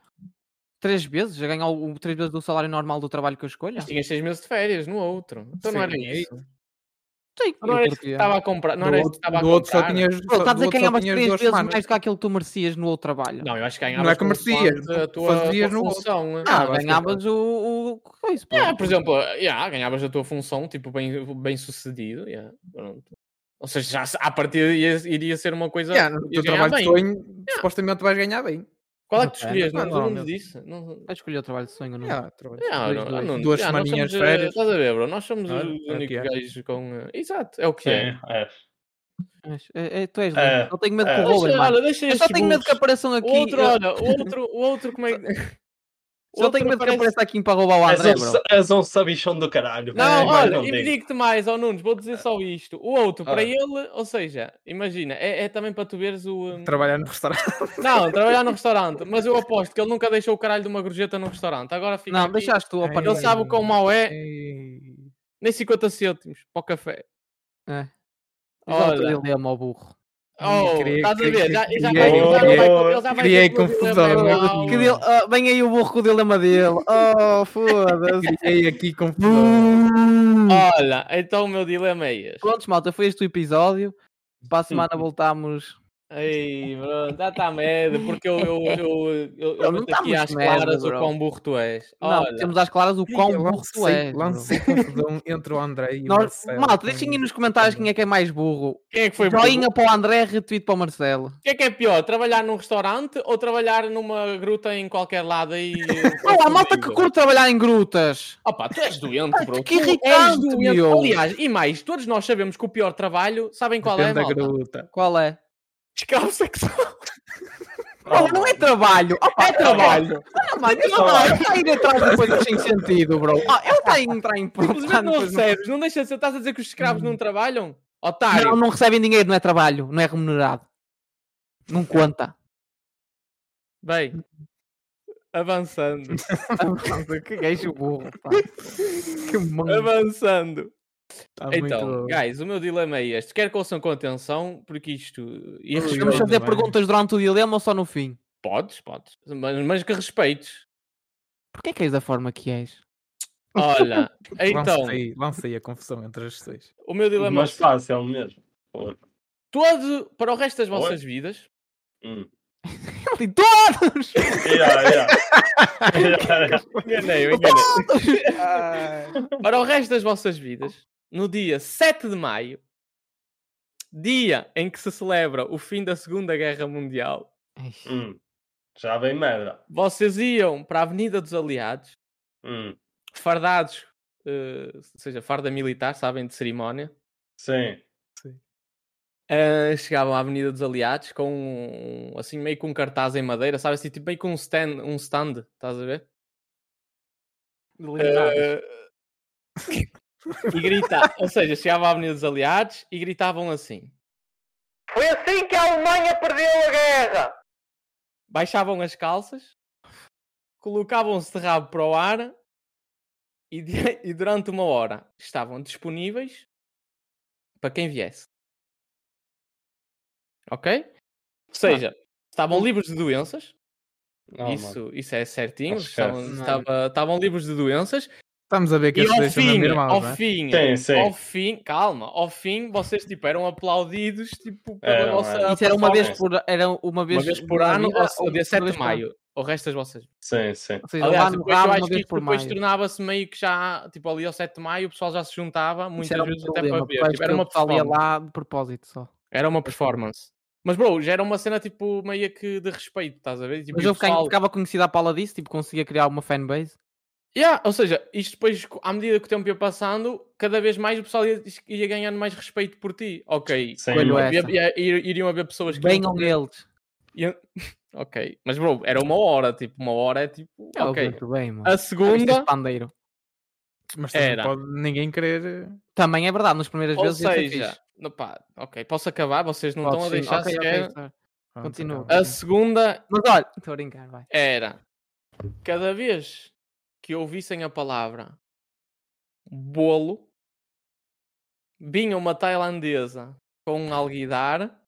S2: Três vezes? Já ganhar o, o três vezes do salário normal do trabalho que eu escolho?
S3: Mas tinhas seis meses de férias no outro. Então não era
S5: Sim, é
S3: isso.
S2: Sim,
S3: Não
S2: eu
S3: era isso que
S2: queria.
S3: estava a comprar. Não
S5: do
S3: era isso que
S5: outro,
S3: estava a
S5: do outro só
S3: comprar.
S5: tinhas.
S2: Bro, está a dizer
S5: do
S2: que
S5: outro só
S2: ganhavas
S5: tinhas
S2: três
S5: duas
S2: vezes
S5: semanas.
S2: mais do que aquilo que tu merecias no outro trabalho.
S3: Não, eu acho que ganhavas.
S5: Não é que merecias,
S3: consoante A tua,
S5: fazias
S3: tua
S5: no outro.
S3: função.
S2: Ah,
S3: é?
S5: basicamente.
S2: ganhavas o. o... coisa, pô.
S3: Ah, por exemplo, yeah, ganhavas a tua função, tipo, bem, bem sucedido. yeah, pronto. Ou seja, já se- à partida ia- iria ser uma coisa.
S5: Yeah, no
S3: ias
S5: teu
S3: ganhar
S5: trabalho de
S3: bem.
S5: sonho, supostamente vais ganhar bem.
S3: Qual é que tu
S2: É,
S3: escolhias? Não,
S5: não,
S3: não, não,
S5: não.
S3: disse. Não- É,
S2: Eu escolhi o É, trabalho de sonho, não?
S5: Yeah, trabalho de
S3: Não,
S5: sonho.
S3: não,
S5: Dois,
S3: não,
S5: duas
S3: já, nós
S5: semaninhas de
S3: somos, eh,
S5: férias.
S3: Estás a ver, bro? Nós somos
S5: Olha,
S3: os
S5: é o que
S3: únicos
S5: é.
S3: gajos com. eh, Exato, é o que é.
S2: assim.
S4: Sim, é.
S2: Mas, é, é- tu és
S4: É,
S2: lindo. Só tenho medo
S4: é.
S2: que o roubem,
S3: Deixa,
S2: mano.
S3: olha, deixa
S2: Eu só
S3: estes
S2: tenho medo que
S3: burros.
S2: apareçam aqui.
S3: O outro,
S2: eu-
S3: olha, o outro, o outro, como é
S2: (laughs)
S3: que.
S2: só tenho medo que
S3: aparece-
S2: apareça aqui para roubar o
S4: És
S2: André,
S4: um,
S2: bro.
S4: sa- és um sabichão do caralho.
S3: Não,
S4: mano, mas
S3: olha,
S4: não
S3: e me
S4: digo.
S3: digo-te mais, ó Nunes, vou dizer só isto. O outro, para
S4: Ah.
S3: ele, ou seja, imagina, é, é também para tu veres o. hum,
S5: Trabalhar
S3: (laughs)
S5: no (laughs) restaurante.
S3: Não, trabalhar no restaurante, mas eu aposto que ele nunca deixou o caralho de uma gorjeta no restaurante. Agora fica.
S2: Não,
S3: aqui.
S2: deixaste tu,
S5: Ai,
S2: opa.
S3: Ele
S5: Ai,
S3: sabe o que o mau é,
S5: Ei.
S3: nem 50 cêntimos para o café.
S2: É. Olha,
S3: olha.
S2: dilema ao burro.
S3: Oh,
S2: Hum,
S5: queria-
S3: estás a ver? Já, já vai,
S5: criei-
S3: já vai-
S4: criei-
S3: ele já vai
S5: criei
S3: ter uma vida
S5: confusão,
S3: bem
S5: meu.
S3: É mau.
S2: Que dil- ah, vem aí o burro com o dilema dele. Oh,
S5: (laughs)
S2: foda-se.
S5: Criei
S3: (laughs)
S5: aqui confusão.
S2: Hum.
S3: Olha, então o meu dilema é este.
S2: Prontos, malta, foi este o episódio. Para a semana voltamos.
S3: Ei, bro, já está merda, porque eu, eu, eu, eu,
S2: Não,
S3: eu
S2: não
S3: meto aqui
S2: estamos
S3: às
S2: merda,
S3: claras o
S2: bro.
S3: quão burro tu és.
S2: Não,
S3: Olha,
S2: temos às claras o quão
S5: Eu
S2: burro tu
S5: lancei-
S2: és. bro.
S5: Lancei confusão entre o André e o
S2: Nós...
S5: Marcelo.
S2: Malta, deixem aí nos comentários quem é que é mais burro.
S3: quem é que foi burro?
S2: Joinha para o André, retweet para o Marcelo.
S3: O que é que é pior, trabalhar num restaurante ou trabalhar numa gruta em qualquer
S2: (laughs)
S3: lado aí?
S2: Não, há malta que curte trabalhar em grutas.
S3: Opa, tu és doente, bro.
S2: Que
S3: Tu és
S2: irritante,
S3: doente.
S2: meu.
S3: Aliás, e mais, todos nós sabemos que o pior trabalho, sabem qual
S5: Depende
S3: é,
S5: da
S3: malta?
S5: gruta.
S2: Qual é?
S3: Escravo sexual.
S2: Não, não é trabalho. Opa,
S3: É trabalho.
S2: não, Ah, mano, ele está a ir atrás de coisas sem sentido, bro. Ah, ele está a entrar em
S3: Tá. Simplesmente não
S2: não,
S3: recebes, não deixa de ser. Estás a dizer que os escravos não trabalham? Otário.
S2: não, não recebem dinheiro, não é trabalho, não é remunerado. Não (laughs) conta.
S3: Bem, avançando.
S2: que gajo burro, pá. Que mano.
S3: avançando.
S5: Tá
S3: Então,
S5: muito-
S3: guys, o meu dilema é este. Quero que ouçam com atenção, porque isto. e
S5: Ui,
S2: Vamos
S5: ui.
S3: respeito-
S2: fazer
S5: Bem.
S2: perguntas durante o dilema ou só no fim?
S3: Podes, podes. Mas, mas que respeites.
S2: Porquê é que és da forma que és?
S3: Olha, então,
S5: Lancei, lancei a confusão entre as seis.
S3: o meu dilema
S4: Mas
S3: é
S4: fácil mesmo.
S3: todo para o resto das
S4: Oi?
S3: vossas vidas.
S4: Hum.
S2: Ele diz, Todos!
S4: Yeah,
S3: (laughs)
S4: yeah. (laughs) Yeah, yeah. É,
S3: Enganei, eu enganei. (laughs) Para o resto das vossas vidas, no dia 7 de maio, dia em que se celebra o fim da Segunda Guerra Mundial,
S2: Ai,
S4: Hum. Já vem merda.
S3: vocês iam para a Avenida dos Aliados,
S4: Hum.
S3: fardados, eh, ou seja, farda militar, sabem, de cerimónia.
S4: Sim.
S3: Ah, chegavam à Avenida dos Aliados com um- assim meio com um cartaz em madeira, sabe assim, tipo meio com um stand, um stand, estás a ver?
S2: Eliminados.
S3: Eh, e gritar, ou seja, chegava à Avenida dos Aliados e gritavam assim.
S7: Foi assim que a Alemanha perdeu a guerra.
S3: baixavam as calças, colocavam-se de rabo para o ar e, di- (laughs) e durante uma hora estavam disponíveis para quem viesse. Ok?
S5: Ah.
S3: Ou seja,
S5: Hum.
S3: estavam livres de doenças,
S4: Oh, mano.
S3: isso, isso é certinho,
S4: Nossa,
S3: estavam,
S2: chefe.
S3: estava- estavam livres de doenças
S5: Estamos a ver É que
S3: e
S5: estes
S3: ao
S5: dois são
S3: fim,
S5: mesmo irmãos,
S3: ao
S5: não é?
S3: fim,
S4: Sim, sim.
S3: ao fim, calma, ao fim vocês tipo eram aplaudidos tipo pela
S4: Eram,
S3: vossa
S4: eram.
S2: Isso era uma vez
S3: performance.
S2: por era uma vez,
S3: é. uma vez por
S2: na
S3: ano,
S2: vida,
S3: ou se-
S2: ou
S3: dia
S2: uma
S3: 7
S2: vez
S3: de
S2: por-
S3: maio. O resto das vossas.
S4: Sim, sim.
S2: Ou seja,
S3: Aliás,
S2: lá no
S3: depois eu
S2: rabo
S3: acho
S2: uma
S3: que
S2: vez
S3: isto
S2: por
S3: depois
S2: maio.
S3: tornava-se meio que já, tipo, ali ao 7 de maio, o pessoal já se juntava
S2: Isso
S3: muitas
S2: era um
S3: vezes até para
S2: problema,
S3: ver. Tipo, era, uma
S2: pessoal ia
S3: performance.
S2: lá de propósito só.
S3: era uma performance. Mas, bro, já era uma cena tipo meio que de respeito, estás a ver? Tipo,
S2: Mas
S3: e o
S2: eu fiquei-
S3: pessoal-
S2: ficava conhecida a Paula disso, tipo, conseguia criar uma fanbase.
S3: Yeah, ou seja, isto depois, co- à medida que o tempo ia passando, cada vez mais o pessoal ia, ia ganhando mais respeito por ti. Ok.
S4: Sim.
S2: Coelho
S3: Havia-
S2: essa.
S3: ia- ir- iriam haver pessoas que. iam
S2: Venham
S3: querer-
S2: eles.
S3: iam- (laughs) Ok. Mas, bro, era uma hora, tipo, uma hora é tipo.
S2: É o
S3: ok.
S2: Muito bem, mano.
S3: A
S2: Isto é
S3: segunda.
S2: pandeiro.
S5: Mas também
S3: Era.
S5: pode ninguém querer. eh,
S2: Também é verdade, nas primeiras
S3: Ou
S2: vezes ia ser
S3: seja,
S2: fixe.
S3: no pá, ok, posso acabar? Vocês não
S2: Pode
S3: estão a
S2: sim.
S3: deixar
S2: Ok, ok,
S3: sequer.
S2: está.
S5: Pronto, então.
S2: Continua.
S5: acaba.
S3: A segunda
S2: Mas olha, estou a brincar, vai.
S3: era cada vez que ouvissem a palavra bolo, vinha uma tailandesa com um alguidar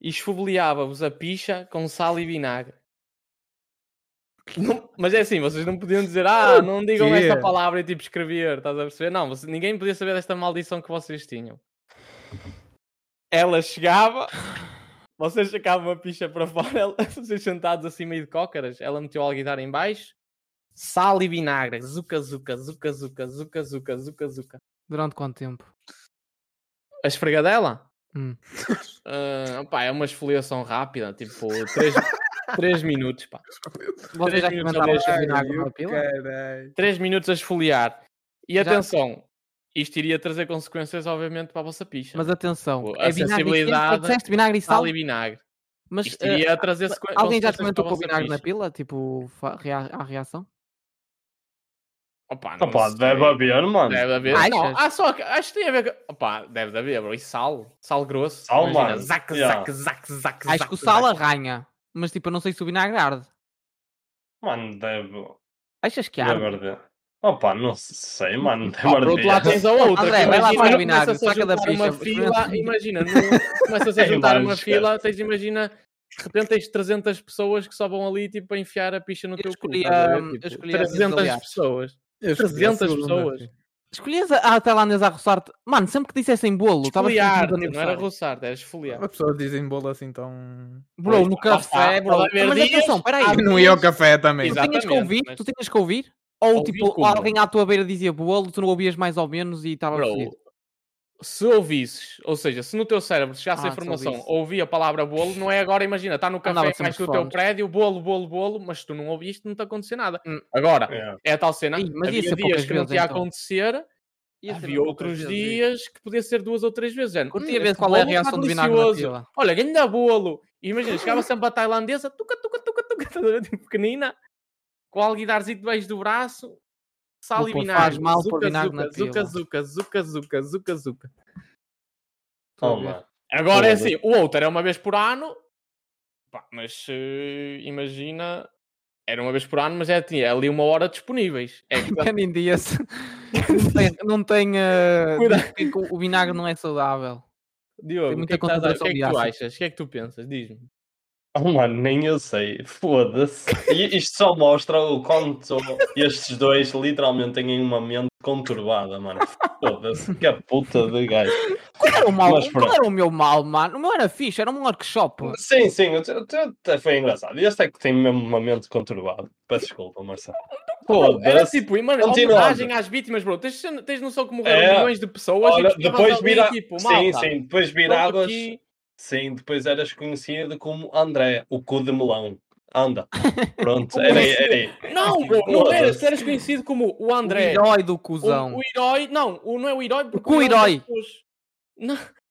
S3: e esfobiliava-vos a picha com sal e vinagre. Não- mas é assim, vocês não podiam dizer, ah, não digam esta
S5: Yeah.
S3: palavra e tipo escrever, estás a perceber? Não, você- ninguém podia saber desta maldição que vocês tinham. Ela chegava, vocês sacavam a picha para fora, ela- (laughs) vocês sentados assim meio de cócaras, ela meteu o alguidar em baixo, sal e vinagre, zuca, zuca, zuca, zuca, zuca, zuca, zuca, zuca.
S2: Durante quanto tempo?
S3: A esfregadela?
S2: Hum.
S3: (laughs) Ah, pá, é uma esfoliação rápida, tipo 3, minutos, pá.
S2: Vocês já
S3: minutos
S2: experimentaram
S3: ou dois
S2: este
S5: Ai,
S2: vinagre
S5: o
S2: na pila?
S5: caralho.
S3: 3 minutos a esfoliar. E
S2: Já-
S3: atenção, isto iria trazer consequências, obviamente, para a vossa picha.
S2: Mas atenção,
S3: Tipo, a
S2: é vinagre e sempre,
S3: sensibilidade-
S2: disseste vinagre e sal,
S3: sal e vinagre.
S2: mas
S3: Isto
S2: eh,
S3: iria trazer sequen-
S2: alguém já
S3: consequências para
S2: experimentou com o
S3: vossa
S2: vinagre na
S3: picha.
S2: pila? Tipo, fa- rea a reação?
S3: Opa, não
S4: Opa,
S3: sei.
S4: deve haver, mano.
S3: é- Deve haver.
S2: Achas?
S3: Não, há só, acho que tem a ver com. Opa, deve haver, bro. E sal? Sal grosso?
S4: Sal,
S3: Imagina,
S4: mano.
S3: Zac,
S4: Yeah.
S3: zac, zac, zac,
S2: Acho
S3: zac,
S2: que o sal
S3: zac.
S2: arranha, mas tipo, eu não sei se o vinagre arde.
S4: Mano, deve.
S2: Achas que
S4: Deve
S2: arde?
S4: arder. Opa, não sei, mano. Deve
S3: Ah, por outro lado
S4: arder.
S3: tens a outra.
S2: André,
S3: que
S2: vai lá
S3: imagina,
S2: para o vinagre,
S3: começa-se a
S2: saca da
S3: juntar uma
S2: ficha,
S3: fila,
S2: experimenta.
S3: imagina, no,
S2: (laughs)
S3: começas a
S4: Tem
S3: juntar uma
S4: vários,
S3: fila, tens, imagina, de repente tens 300 pessoas que só vão ali, tipo, a enfiar a picha no teu cu.
S2: escolhi
S3: estás a
S2: a-
S3: ver?
S2: eu
S3: Tipo,
S2: escolhi a
S3: 300
S2: desaliar.
S3: pessoas.
S5: Eu escolhi a
S3: 300
S5: segunda,
S3: pessoas.
S5: filho.
S2: Escolhias a, a tailandesa a roçar-te. Mano, sempre que dissessem bolo, estavas
S3: Esfoliar, tipo,
S2: feliz
S3: não era
S2: aniversário.
S3: roçar, era esfoliar.
S5: As pessoas dizem bolo assim tão.
S2: Bro, no
S3: Lá está,
S2: café, bro.
S3: pode haver
S2: Mas
S3: dias,
S2: atenção, peraí.
S3: há
S5: Eu Ah, não ia ao café também.
S2: Tu
S3: Exato.
S2: tinhas que
S3: Exatamente,
S2: ouvir?
S3: mas-
S2: Tu tinhas que ouvir? Ou
S3: Ouvir
S2: tipo,
S3: como?
S2: alguém à tua beira dizia bolo, tu não ouvias mais ou menos e assim, estava
S3: Bro,
S2: fodido.
S3: se ouvisses, ou seja, se no teu cérebro chegasse
S2: Ah,
S3: a
S2: se
S3: informação,
S2: ouvisse.
S3: ouvi a palavra bolo, não é agora, imagina, está no
S2: Andava
S3: café
S2: sempre
S3: mais do teu
S2: fones.
S3: prédio, bolo, bolo, bolo, mas tu não ouviste, não te aconteceu nada.
S2: Hum.
S3: Agora,
S4: Yeah.
S3: é a tal cena,
S2: Ih, mas
S3: havia
S2: isso é
S3: dias
S2: poucas
S3: que não te
S2: vezes,
S3: ia
S2: então.
S3: acontecer,
S2: Ia ser
S3: havia
S2: poucas
S3: outros
S2: vezes, ia.
S3: dias que podia ser duas ou três vezes. género,
S2: Curtia
S3: "Hum,
S2: ver
S3: este
S2: qual é a
S3: bolo tá
S2: reação do vinagre na
S3: delicioso. (laughs)
S2: pila.
S3: Olha, ganha bolo. E imagina, chegava sempre a tailandesa, tuca, tuca, tuca, tuca, (laughs) estás a ver, tipo pequenina, com o alguidarzinho debaixo do braço, sal
S2: Vou
S3: e
S2: pôr-
S3: vinagre.
S2: faz mal pôr
S3: zuca,
S2: vinagre na
S3: zuca,
S2: pila.
S3: zuca, zuca, zuca, zuca, zuca.
S4: Oh, mano.
S3: Agora é
S4: Foda-se.
S3: assim, o outro era uma vez por ano, pá, mas eh, imagina, era uma vez por ano, mas é tinha ali uma hora disponíveis.
S2: (laughs)
S3: É que
S2: Candy Dias. não tem, não tem, eh,
S3: Cuidado.
S2: diz que o- o vinagre não é saudável.
S3: Diogo, o que
S2: muita
S3: é que, estás a- o que, é que tu
S2: concentração de
S3: achas? O que é que tu pensas? Diz-me.
S4: Oh, mano, nem eu sei. Foda-se. E Isto só mostra o quanto estes dois literalmente têm uma mente conturbada, mano. Foda-se. Que puta de gajo.
S2: Qual era o mal?
S4: Mas
S2: Qual
S4: pronto.
S2: era o meu mal, mano? O meu era fixe, era um workshop.
S4: Sim, sim. eu te- eu te- até Foi engraçado. Este é que tem mesmo uma mente conturbada. Peço desculpa, Marcelo.
S3: Era
S4: Foda-se.
S3: tipo, mano,
S4: Continuando.
S3: homenagem às vítimas, bro. Tens, tens noção que morreram
S4: É.
S3: milhões de pessoas
S4: Olha,
S3: e tu estavas
S4: depois
S3: ali,
S4: vira...
S3: tipo,
S4: Sim,
S3: malta,
S4: sim. Depois
S3: pronto
S4: viravas...
S3: aqui.
S4: Sim, depois eras conhecido como André, o cu de melão. Anda. Pronto,
S3: (laughs) Como
S4: era aí,
S3: assim?
S4: era aí.
S3: Não, bro, não
S4: Foda-se.
S3: eras. Tu eras conhecido como o
S2: O
S3: André.
S2: herói do
S3: O,
S2: cuzão.
S3: o herói. Não, o, não é o herói. porque
S2: cu
S3: não,
S2: herói.
S3: depois-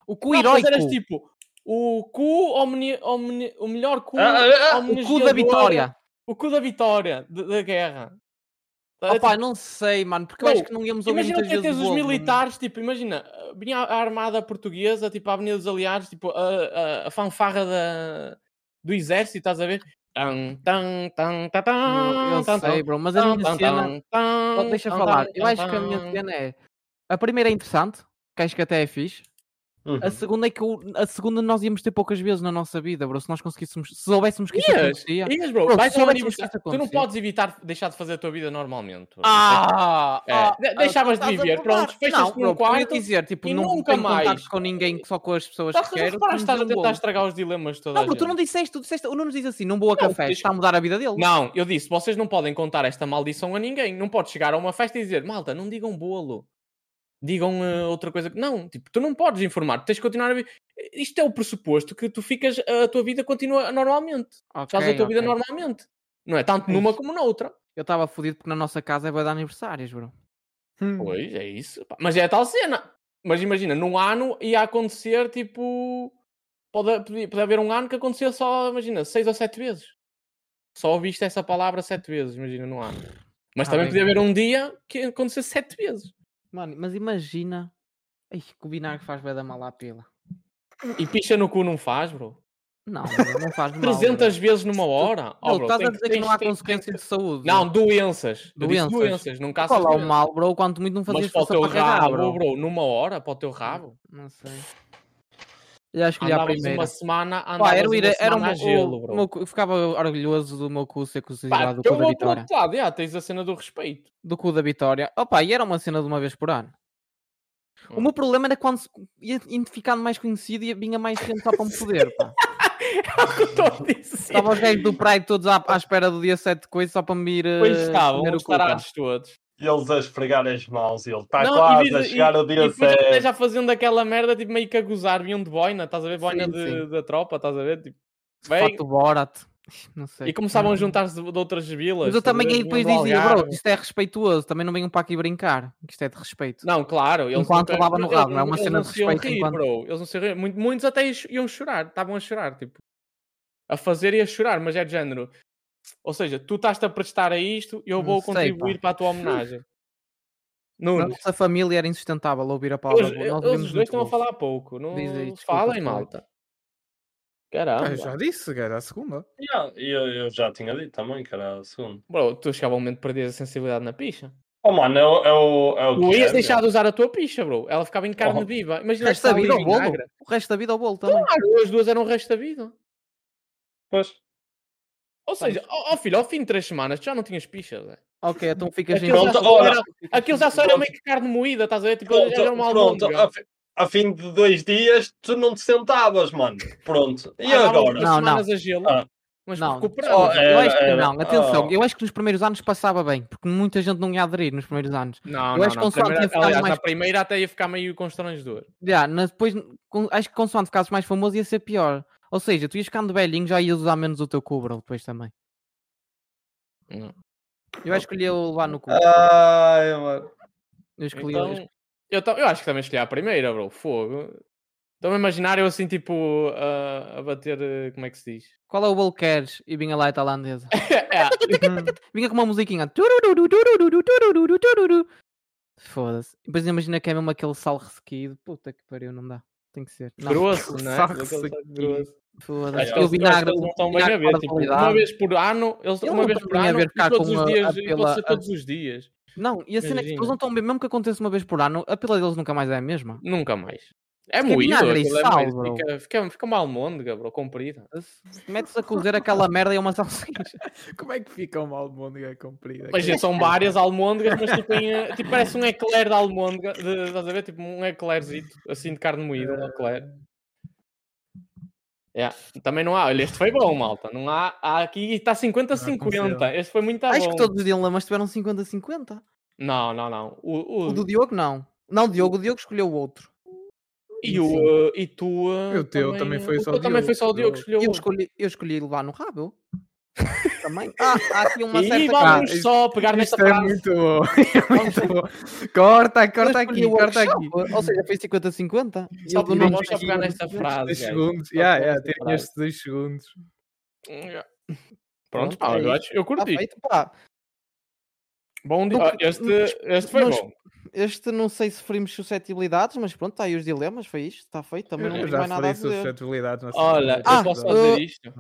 S2: O cu
S3: Não, mas eras
S2: heróico.
S3: tipo o cu, omni, omni- o melhor cu,
S4: Ah, ah, ah,
S2: O cu da
S3: homenageador,
S2: vitória.
S3: O cu da vitória, de- da guerra. Tá,
S2: Opa, não sei, mano, porque eu
S3: Bro,
S2: acho que não íamos ouvir
S3: Imagina
S2: muitas
S3: que
S2: vezes é?
S3: tens os
S2: Wolverine.
S3: militares, tipo, imagina, vinha a a armada portuguesa, tipo, a Avenida dos Aliados, tipo, a, a- a fanfarra da, do exército, estás a ver? Tan, tan, tan, tan,
S2: Eu, eu
S3: tan, tan,
S2: sei, bro, mas a minha
S3: tan,
S2: cena...
S3: tan, tan,
S2: Só deixa
S3: tan,
S2: falar.
S3: tan,
S2: Eu acho que a minha
S3: tan.
S2: cena é... A primeira é interessante, que acho que até é fixe.
S4: Uhum.
S3: Assim.
S2: A segunda é que eu- a segunda nós íamos ter poucas vezes na nossa vida, bro. Se nós conseguíssemos, se soubéssemos que isso
S3: Ias,
S2: acontecia.
S3: Ias, bro,
S2: Bro,
S3: vais
S2: se
S3: a um
S2: soubéssemos que
S3: aniversário-
S2: isso
S3: Tu não
S2: acontecia.
S3: podes evitar deixar de fazer a tua vida normalmente. bro.
S2: Ah,
S3: É,
S2: ah,
S3: de-
S2: ah,
S3: deixavas de
S2: estás a
S3: viver.
S2: provar.
S3: Pronto, fechas-te
S2: Não,
S3: num
S2: bro, eu ia
S3: quarto
S2: dizer, tipo,
S3: e
S2: não
S3: nunca
S2: tenho contacto
S3: mais.
S2: com ninguém, só com as pessoas
S3: Estás
S2: que
S3: a
S2: quero.
S3: reparar, estás a
S2: porque me
S3: tentar
S2: deu um bolo.
S3: estragar os dilemas de toda a
S2: Não, bro, tu
S3: gente.
S2: não disseste, tu disseste, o Nuno disse assim, não vou a
S3: Não,
S2: café,
S3: diz-
S2: está a mudar a vida dele.
S3: Não, eu disse, vocês não podem contar esta maldição a ninguém. Não podes chegar a uma festa e dizer, malta, não digam bolo. Digam eh, outra coisa. que-" Não, tipo, tu não podes informar, tu tens de continuar a viver. Isto é o pressuposto que tu ficas, a tua vida continua normalmente.
S2: Ok,
S3: Faz a tua vida
S2: ok.
S3: normalmente. Não é tanto numa como na outra.
S2: Eu estava fodido porque na nossa casa é vai dar aniversários, bro.
S5: Hum.
S3: Pois, é isso. pá. Mas é a tal cena. Mas imagina, num ano ia acontecer, tipo... Pode, podia- podia haver um ano que acontecia só, imagina, seis ou sete vezes. Só ouviste essa palavra sete vezes, imagina, num ano. Mas
S2: Tá
S3: também
S2: bem.
S3: podia haver um dia que aconteceu sete vezes.
S2: Mano, mas imagina. Ai, que o vinagre faz bué da mal à pila.
S3: E picha no cu não faz, bro.
S2: Não, bro, não
S3: (laughs)
S2: faz mal. bro.
S3: 300 vezes numa hora. Oh,
S2: Não,
S3: bro,
S2: estás
S3: tem
S2: a dizer que,
S3: tens-
S2: não há
S3: tem-
S2: consequência de saúde.
S3: Não, doenças. Eu disse
S2: Doenças.
S3: doenças, não caças
S2: qual é o
S3: doenças.
S2: mal, bro? Quanto muito não
S3: Mas
S2: fazias
S3: para o
S2: força
S3: teu
S2: para cagar,
S3: rabo,
S2: bro.
S3: bro. numa hora, para o teu rabo.
S2: Não sei. Eu acho que olhar
S3: Andavas
S2: primeiro.
S3: uma semana,
S2: Pá,
S3: andavas
S2: era o
S3: uma
S2: ira- era o
S3: semana
S2: meu-
S3: a gelo,
S2: o
S3: bro.
S2: meu cu- eu ficava orgulhoso do meu cu ser
S3: Pá,
S2: considerado o
S3: eu
S2: cu da
S3: vou para o
S2: Vitória.
S3: outro lado, já, tens a cena do respeito. (laughs)
S2: Do cu da Vitória. Opa, e era uma cena de uma vez por ano. O
S3: Hum.
S2: meu problema era quando se- ia indo ficando mais conhecido e vinha mais gente só para
S3: (laughs)
S2: me foder. pá.
S3: Estou
S2: Uhum.
S3: a dizer.
S2: Estavam os
S3: (laughs)
S2: gajos do Pride todos à, à espera do dia 7 de coisa só para me ir. eh,
S3: Pois estavam,
S2: comer o
S3: os
S2: cu, pá.
S3: tarados todos.
S4: Eles a esfregar as mãos e ele está
S3: Não,
S4: quase
S3: e diz-
S4: a chegar ao
S3: E
S4: dia
S3: depois até
S4: 7.
S3: já fazendo aquela merda, tipo, meio que a gozar, vinham de boina, estás a ver? Boina
S2: Sim,
S3: de-
S2: sim.
S3: da tropa, estás a ver? Tipo, bem,
S2: Foto Borat. Não sei.
S3: e começavam a juntar-se de, de outras vilas.
S2: Mas eu
S3: estás a
S2: também
S3: ver?
S2: aí depois
S3: Vinham do
S2: dizia,
S3: um Algarve.
S2: bro, isto é respeituoso, também não venham para aqui brincar, que isto é de respeito.
S3: Não, claro. Eles
S2: Enquanto
S3: nunca-
S2: levava no
S3: eles
S2: rabo, não é uma
S3: eles
S2: cena
S3: não
S2: de
S3: se iam
S2: respeito
S3: rir,
S2: enquanto-
S3: bro. Eles não se iam rir. Muito- Muitos até is- iam chorar, estavam a chorar, tipo, a fazer e a chorar, mas é de género. Ou seja, tu estás-te a prestar a isto e eu
S2: Não
S3: vou
S2: sei,
S3: contribuir para a
S2: (laughs)
S3: tua homenagem.
S2: a
S3: Nuno,
S2: nossa família era insustentável ouvir a palavra.
S3: eles,
S2: nós
S3: eles os
S2: ouvimos
S3: dois estão a
S2: muito pouco.
S3: falar pouco. Não
S2: Diz aí, desculpa,
S3: falem,
S2: Filipe.
S4: Ah,
S3: malta. Caramba.
S5: Ah, eu já disse, cara, a segunda.
S4: Yeah, e eu, eu já tinha dito também, que era o segundo.
S3: Bro, tu chegava um momento de perder a sensibilidade na picha.
S4: Oh, mano, é o, é o, é o
S3: Tu
S4: que é,
S3: ias
S4: meu.
S3: deixar de usar a tua picha, bro. Ela ficava em carne
S4: Oh.
S3: viva.
S2: O
S3: Imagina,
S2: resto da
S3: sal e
S2: vida ao bolo.
S3: vinagre.
S2: O resto da vida ao bolo também.
S3: Claro, as duas eram o resto da vida.
S4: Pois.
S3: Ou seja, ó ó filho, ao fim de três semanas tu já não tinhas picha, velho.
S2: Ok, então ficas em
S3: Aquilo já
S4: Pronto,
S3: só
S4: ora.
S3: era, aquilo já só era meio que carne moída, estás a ver? Tipo, já era uma
S4: Pronto, pronto, a,
S3: almôndega.
S4: fi- a fim de dois dias tu não te sentavas, mano. Pronto. E
S3: Ah, dava
S4: agora?
S3: umas
S2: Não,
S3: semanas a gelo,
S4: Ah.
S3: mas
S2: Não,
S3: recuperava.
S4: Oh, é-
S2: eu acho
S3: eh,
S2: que
S4: era-
S2: não,
S4: era-
S2: atenção,
S4: oh.
S2: eu acho que nos primeiros anos passava bem, porque muita gente não ia aderir nos primeiros anos.
S3: Não,
S2: eu
S3: não,
S2: acho que
S3: não.
S2: consoante
S3: Primeira-
S2: ia ficar
S3: aliás,
S2: mais-
S3: na primeira até ia ficar meio constrangedor.
S2: Já, mas depois, com- acho que consoante ficasses mais famoso ia ser pior. Ou seja, tu ias ficando velhinho, já ias usar menos o teu cu, bro, depois também.
S3: Não.
S2: Eu acho que lhe ia levar no cu.
S4: Ai, mano.
S2: Eu escolhi. eu
S3: Ah, Então, eu, ta- eu acho que também escolhi a primeira, bro. Fogo. Estão a imaginar eu assim, tipo, a, a bater. eh, Como é que se diz? (laughs)
S2: Qual é o bolo que queres? E vinha lá a tailandesa. (laughs)
S3: É,
S2: Vinha com uma musiquinha. turururu, turururu, turururu, tururu. Foda-se. Depois imagina que é mesmo aquele sal ressequido. Puta que pariu, não dá. Tem que ser. Não, (laughs)
S3: grosso, não é?
S5: saco
S3: Daquele
S5: seco.
S3: saco grosso.
S2: Foda-se.
S4: Acho
S2: E o
S3: Eles- eu acho que
S2: vinagre.
S3: eles não estão bem
S2: vinagre
S3: a ver.
S2: fora de
S3: Tipo, uma
S2: qualidade.
S3: vez por ano, eles,
S2: Eles
S3: uma
S2: não
S3: vez
S2: estão
S3: por
S2: bem a
S3: ano,
S2: ver
S3: e
S2: cá
S3: todos
S2: com
S3: os
S2: a-
S3: dias,
S2: a
S3: e
S2: pila-
S3: pode ser
S2: a-
S3: todos os dias.
S2: Não, e a cena é que
S3: Imagina.
S2: eles não estão bem. Mesmo que aconteça uma vez por ano, a pila deles nunca mais é a mesma.
S3: Nunca mais. É
S2: Fica
S3: moído,
S2: vinagre e
S3: aquilo é
S2: sal,
S3: moído,
S2: bro.
S3: Fica, fica, fica uma almôndega, bro, comprida.
S2: Metes a cozer
S3: (laughs)
S2: aquela merda e é uma salsicha.
S5: Como é que fica uma almôndega comprida?
S3: Mas são
S2: é
S3: várias almôndegas, mas tipo, em,
S2: (laughs)
S3: eh, tipo parece um eclair de almôndega. De, estás a ver? Tipo um eclairzito, assim de carne moída, um eclair. Yeah. Também não há. Olha, este foi bom, malta. Não há. há aqui está
S5: Não
S3: 50-50.
S5: aconteceu.
S3: Este foi muito
S2: Acho
S3: Tá bom.
S2: que todos os dilemas tiveram 50-50.
S3: Não, não, não. O, o-
S2: O do Diogo, não. Não, o Diogo. O Diogo escolheu o outro.
S3: e, o, eh, e tu. eh,
S5: E o teu também foi
S3: o
S5: só
S3: teu
S5: o
S3: também foi
S5: Diogo,
S3: só o Diogo que escolheu. um.
S2: Eu
S3: outro.
S2: escolhi, eu escolhi levar no
S3: (laughs)
S2: rabo. eu. Também. Ah, há aqui uma
S3: E
S2: certa.
S3: vamos
S5: Ah, isto-
S3: só pegar nesta
S5: Isto é
S3: frase.
S5: muito bom. (laughs) É muito bom. Corta,
S2: Eu escolhi
S5: corta aqui,
S2: o
S5: corta
S2: workshop,
S5: aqui.
S2: Ou seja, foi 50-50.
S3: Só
S2: Eu
S3: para
S2: tirei
S3: não só
S2: aqui
S3: pegar
S2: um-
S3: nesta frase.
S5: 2
S3: guys.
S5: segundos.
S3: Só
S5: Yeah,
S3: pegar
S5: yeah,
S3: nesta
S5: tem
S3: frase.
S5: estes 2 segundos.
S3: Pronto,
S2: Pronto,
S3: pá,
S2: é
S3: eu,
S2: isto.
S3: acho, eu
S2: Tá
S3: curti.
S2: feito, pá.
S3: Bom dia.
S2: Não-
S3: Ah, este,
S2: não-
S3: este foi
S2: não-
S3: bom.
S2: Este não sei se ferimos suscetibilidades, mas pronto, está aí os dilemas, foi isto, está feito. Também
S3: Eu-
S2: não
S5: Eu
S2: tenho
S5: já
S2: mais nada a
S5: falei
S2: dizer.
S5: suscetibilidades na semana
S3: Olha,
S5: passada.
S3: eu posso só
S2: ah,
S3: dizer isto.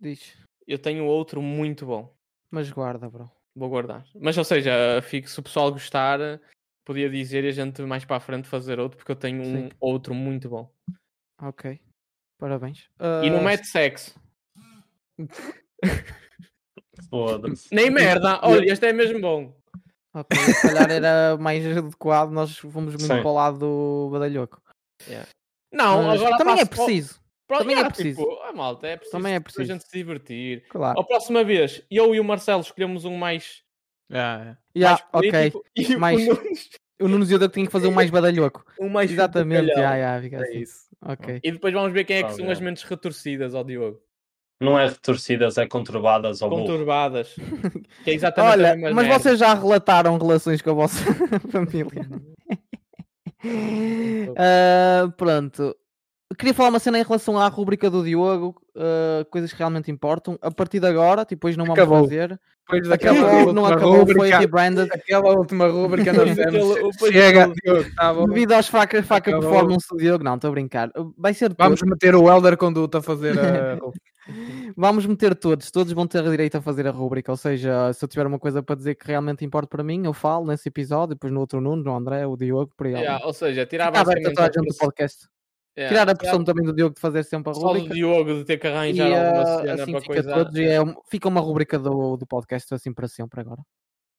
S2: Diz,
S3: Eu tenho outro muito bom.
S2: mas guarda, bro.
S3: Vou guardar. Mas, ou seja, fico, se o pessoal gostar, podia dizer e a gente mais para a frente fazer outro, porque eu tenho um
S2: Sim.
S3: outro muito bom.
S2: Ok, parabéns.
S3: E não
S2: Ah,
S3: mete sexo.
S4: Foda-se.
S3: Nem merda. Olha, este é mesmo bom.
S2: ok, se calhar era mais adequado, nós fomos muito
S4: Sim.
S2: para o lado do badalhoco.
S3: Não,
S2: Mas
S3: agora
S2: também é
S3: passo-
S2: preciso,
S3: Pro-
S2: também é
S3: yeah,
S2: preciso.
S3: tipo, ah, malta, é preciso.
S2: Também é Ah.
S3: A gente se divertir.
S2: claro.
S3: A próxima vez, eu e o Marcelo escolhemos um mais.
S5: Ah, é.
S2: Yeah,
S3: mais
S2: ok,
S3: político E o
S2: mais-
S3: Nuno-
S2: o Nuno Zilda tinha que fazer o mais (laughs) badalhoco.
S3: um mais
S2: Exatamente,
S3: brincalhão.
S2: já, já, fica
S5: É
S2: assim.
S5: isso.
S2: Ok.
S3: (laughs) E depois vamos ver quem é
S2: Tá
S3: que
S4: Ah,
S3: são
S4: já.
S3: as mentes retorcidas ao Diogo.
S4: Não é retorcidas, é conturbadas ao burro.
S2: (laughs)
S3: Conturbadas. que é exatamente a
S2: Olha,
S3: mesma
S2: mas
S3: merda.
S2: vocês já relataram relações com a vossa (laughs) família? Ah, pronto. Eu Queria falar uma cena em relação à rubrica do Diogo, ah, coisas que realmente importam. A partir de agora, tipo, hoje não vamos
S5: Acabou.
S2: fazer.
S5: Depois
S2: Acabou, (laughs) não
S5: última
S2: acabou, foi
S5: rúbrica-
S2: rebranded.
S5: Aquela última rúbrica nós
S3: Depois
S5: temos.
S3: aquele- depois
S5: Chega,
S3: aquele-
S5: Diogo, tá bom.
S2: Devido aos faca, faca
S5: Acabou.
S2: performance do Diogo, não, estou a brincar. Uh, Vai ser
S5: Vamos
S2: todos.
S5: meter o Elder Conduta a fazer
S2: (laughs)
S5: a rúbrica.
S2: Vamos meter todos, todos vão ter direito a fazer a rubrica. Ou seja, se eu tiver uma coisa para dizer que realmente importa para mim, eu falo nesse episódio, depois no outro Nuno, no André, o Diogo, por aí. além.
S3: Yeah, ou seja, tirar
S2: Está aberto a
S3: basicamente
S2: toda a
S3: a
S2: gente do
S3: pressão-
S2: podcast.
S3: yeah,
S2: Tirar a
S3: tirar
S2: pressão também do Diogo de fazer sempre a
S3: só do
S2: rubrica.
S3: Diogo de ter que
S2: E
S3: arranjar alguma
S2: ah,
S3: cena
S2: assim
S3: para
S2: fica
S3: coisar.
S2: todos. E é um- fica uma rubrica do, do podcast assim para sempre agora.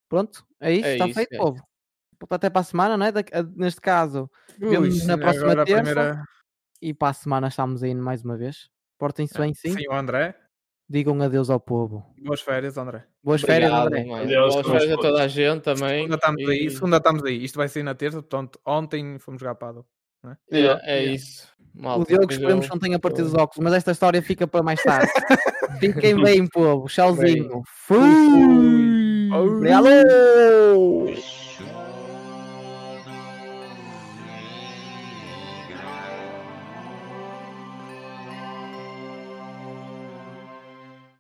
S2: Pronto, é isso,
S3: É
S2: está
S3: isso,
S2: feito,
S3: é
S2: povo. Até para a semana, não é? Da- a- neste caso. Vemo-nos
S5: Ui,
S2: na
S5: sim,
S2: próxima
S5: agora a
S2: terça.
S5: primeira-
S2: E para a semana estamos aí mais uma vez. Portem-se bem, É, sim.
S5: Sim, o André.
S2: Digam adeus ao povo.
S5: Boas férias, André.
S2: Boas férias,
S3: Obrigado,
S2: André.
S3: mano.
S4: Adeus,
S3: Boas
S4: com as
S3: férias a toda a gente também.
S5: Segunda estamos aí,
S3: E-
S5: segunda estamos aí. Isto vai sair na terça, portanto, ontem fomos jogar pado.
S3: Yeah, é isso. Malta,
S2: O Diogo
S3: depois
S2: esperemos
S3: eu-
S2: que não tenha partido os óculos, mas esta história fica para mais (laughs) tarde. Fiquem bem, povo. Tchauzinho. Fui! Fui. Fui.
S5: Fui.
S2: Alô!
S1: Show.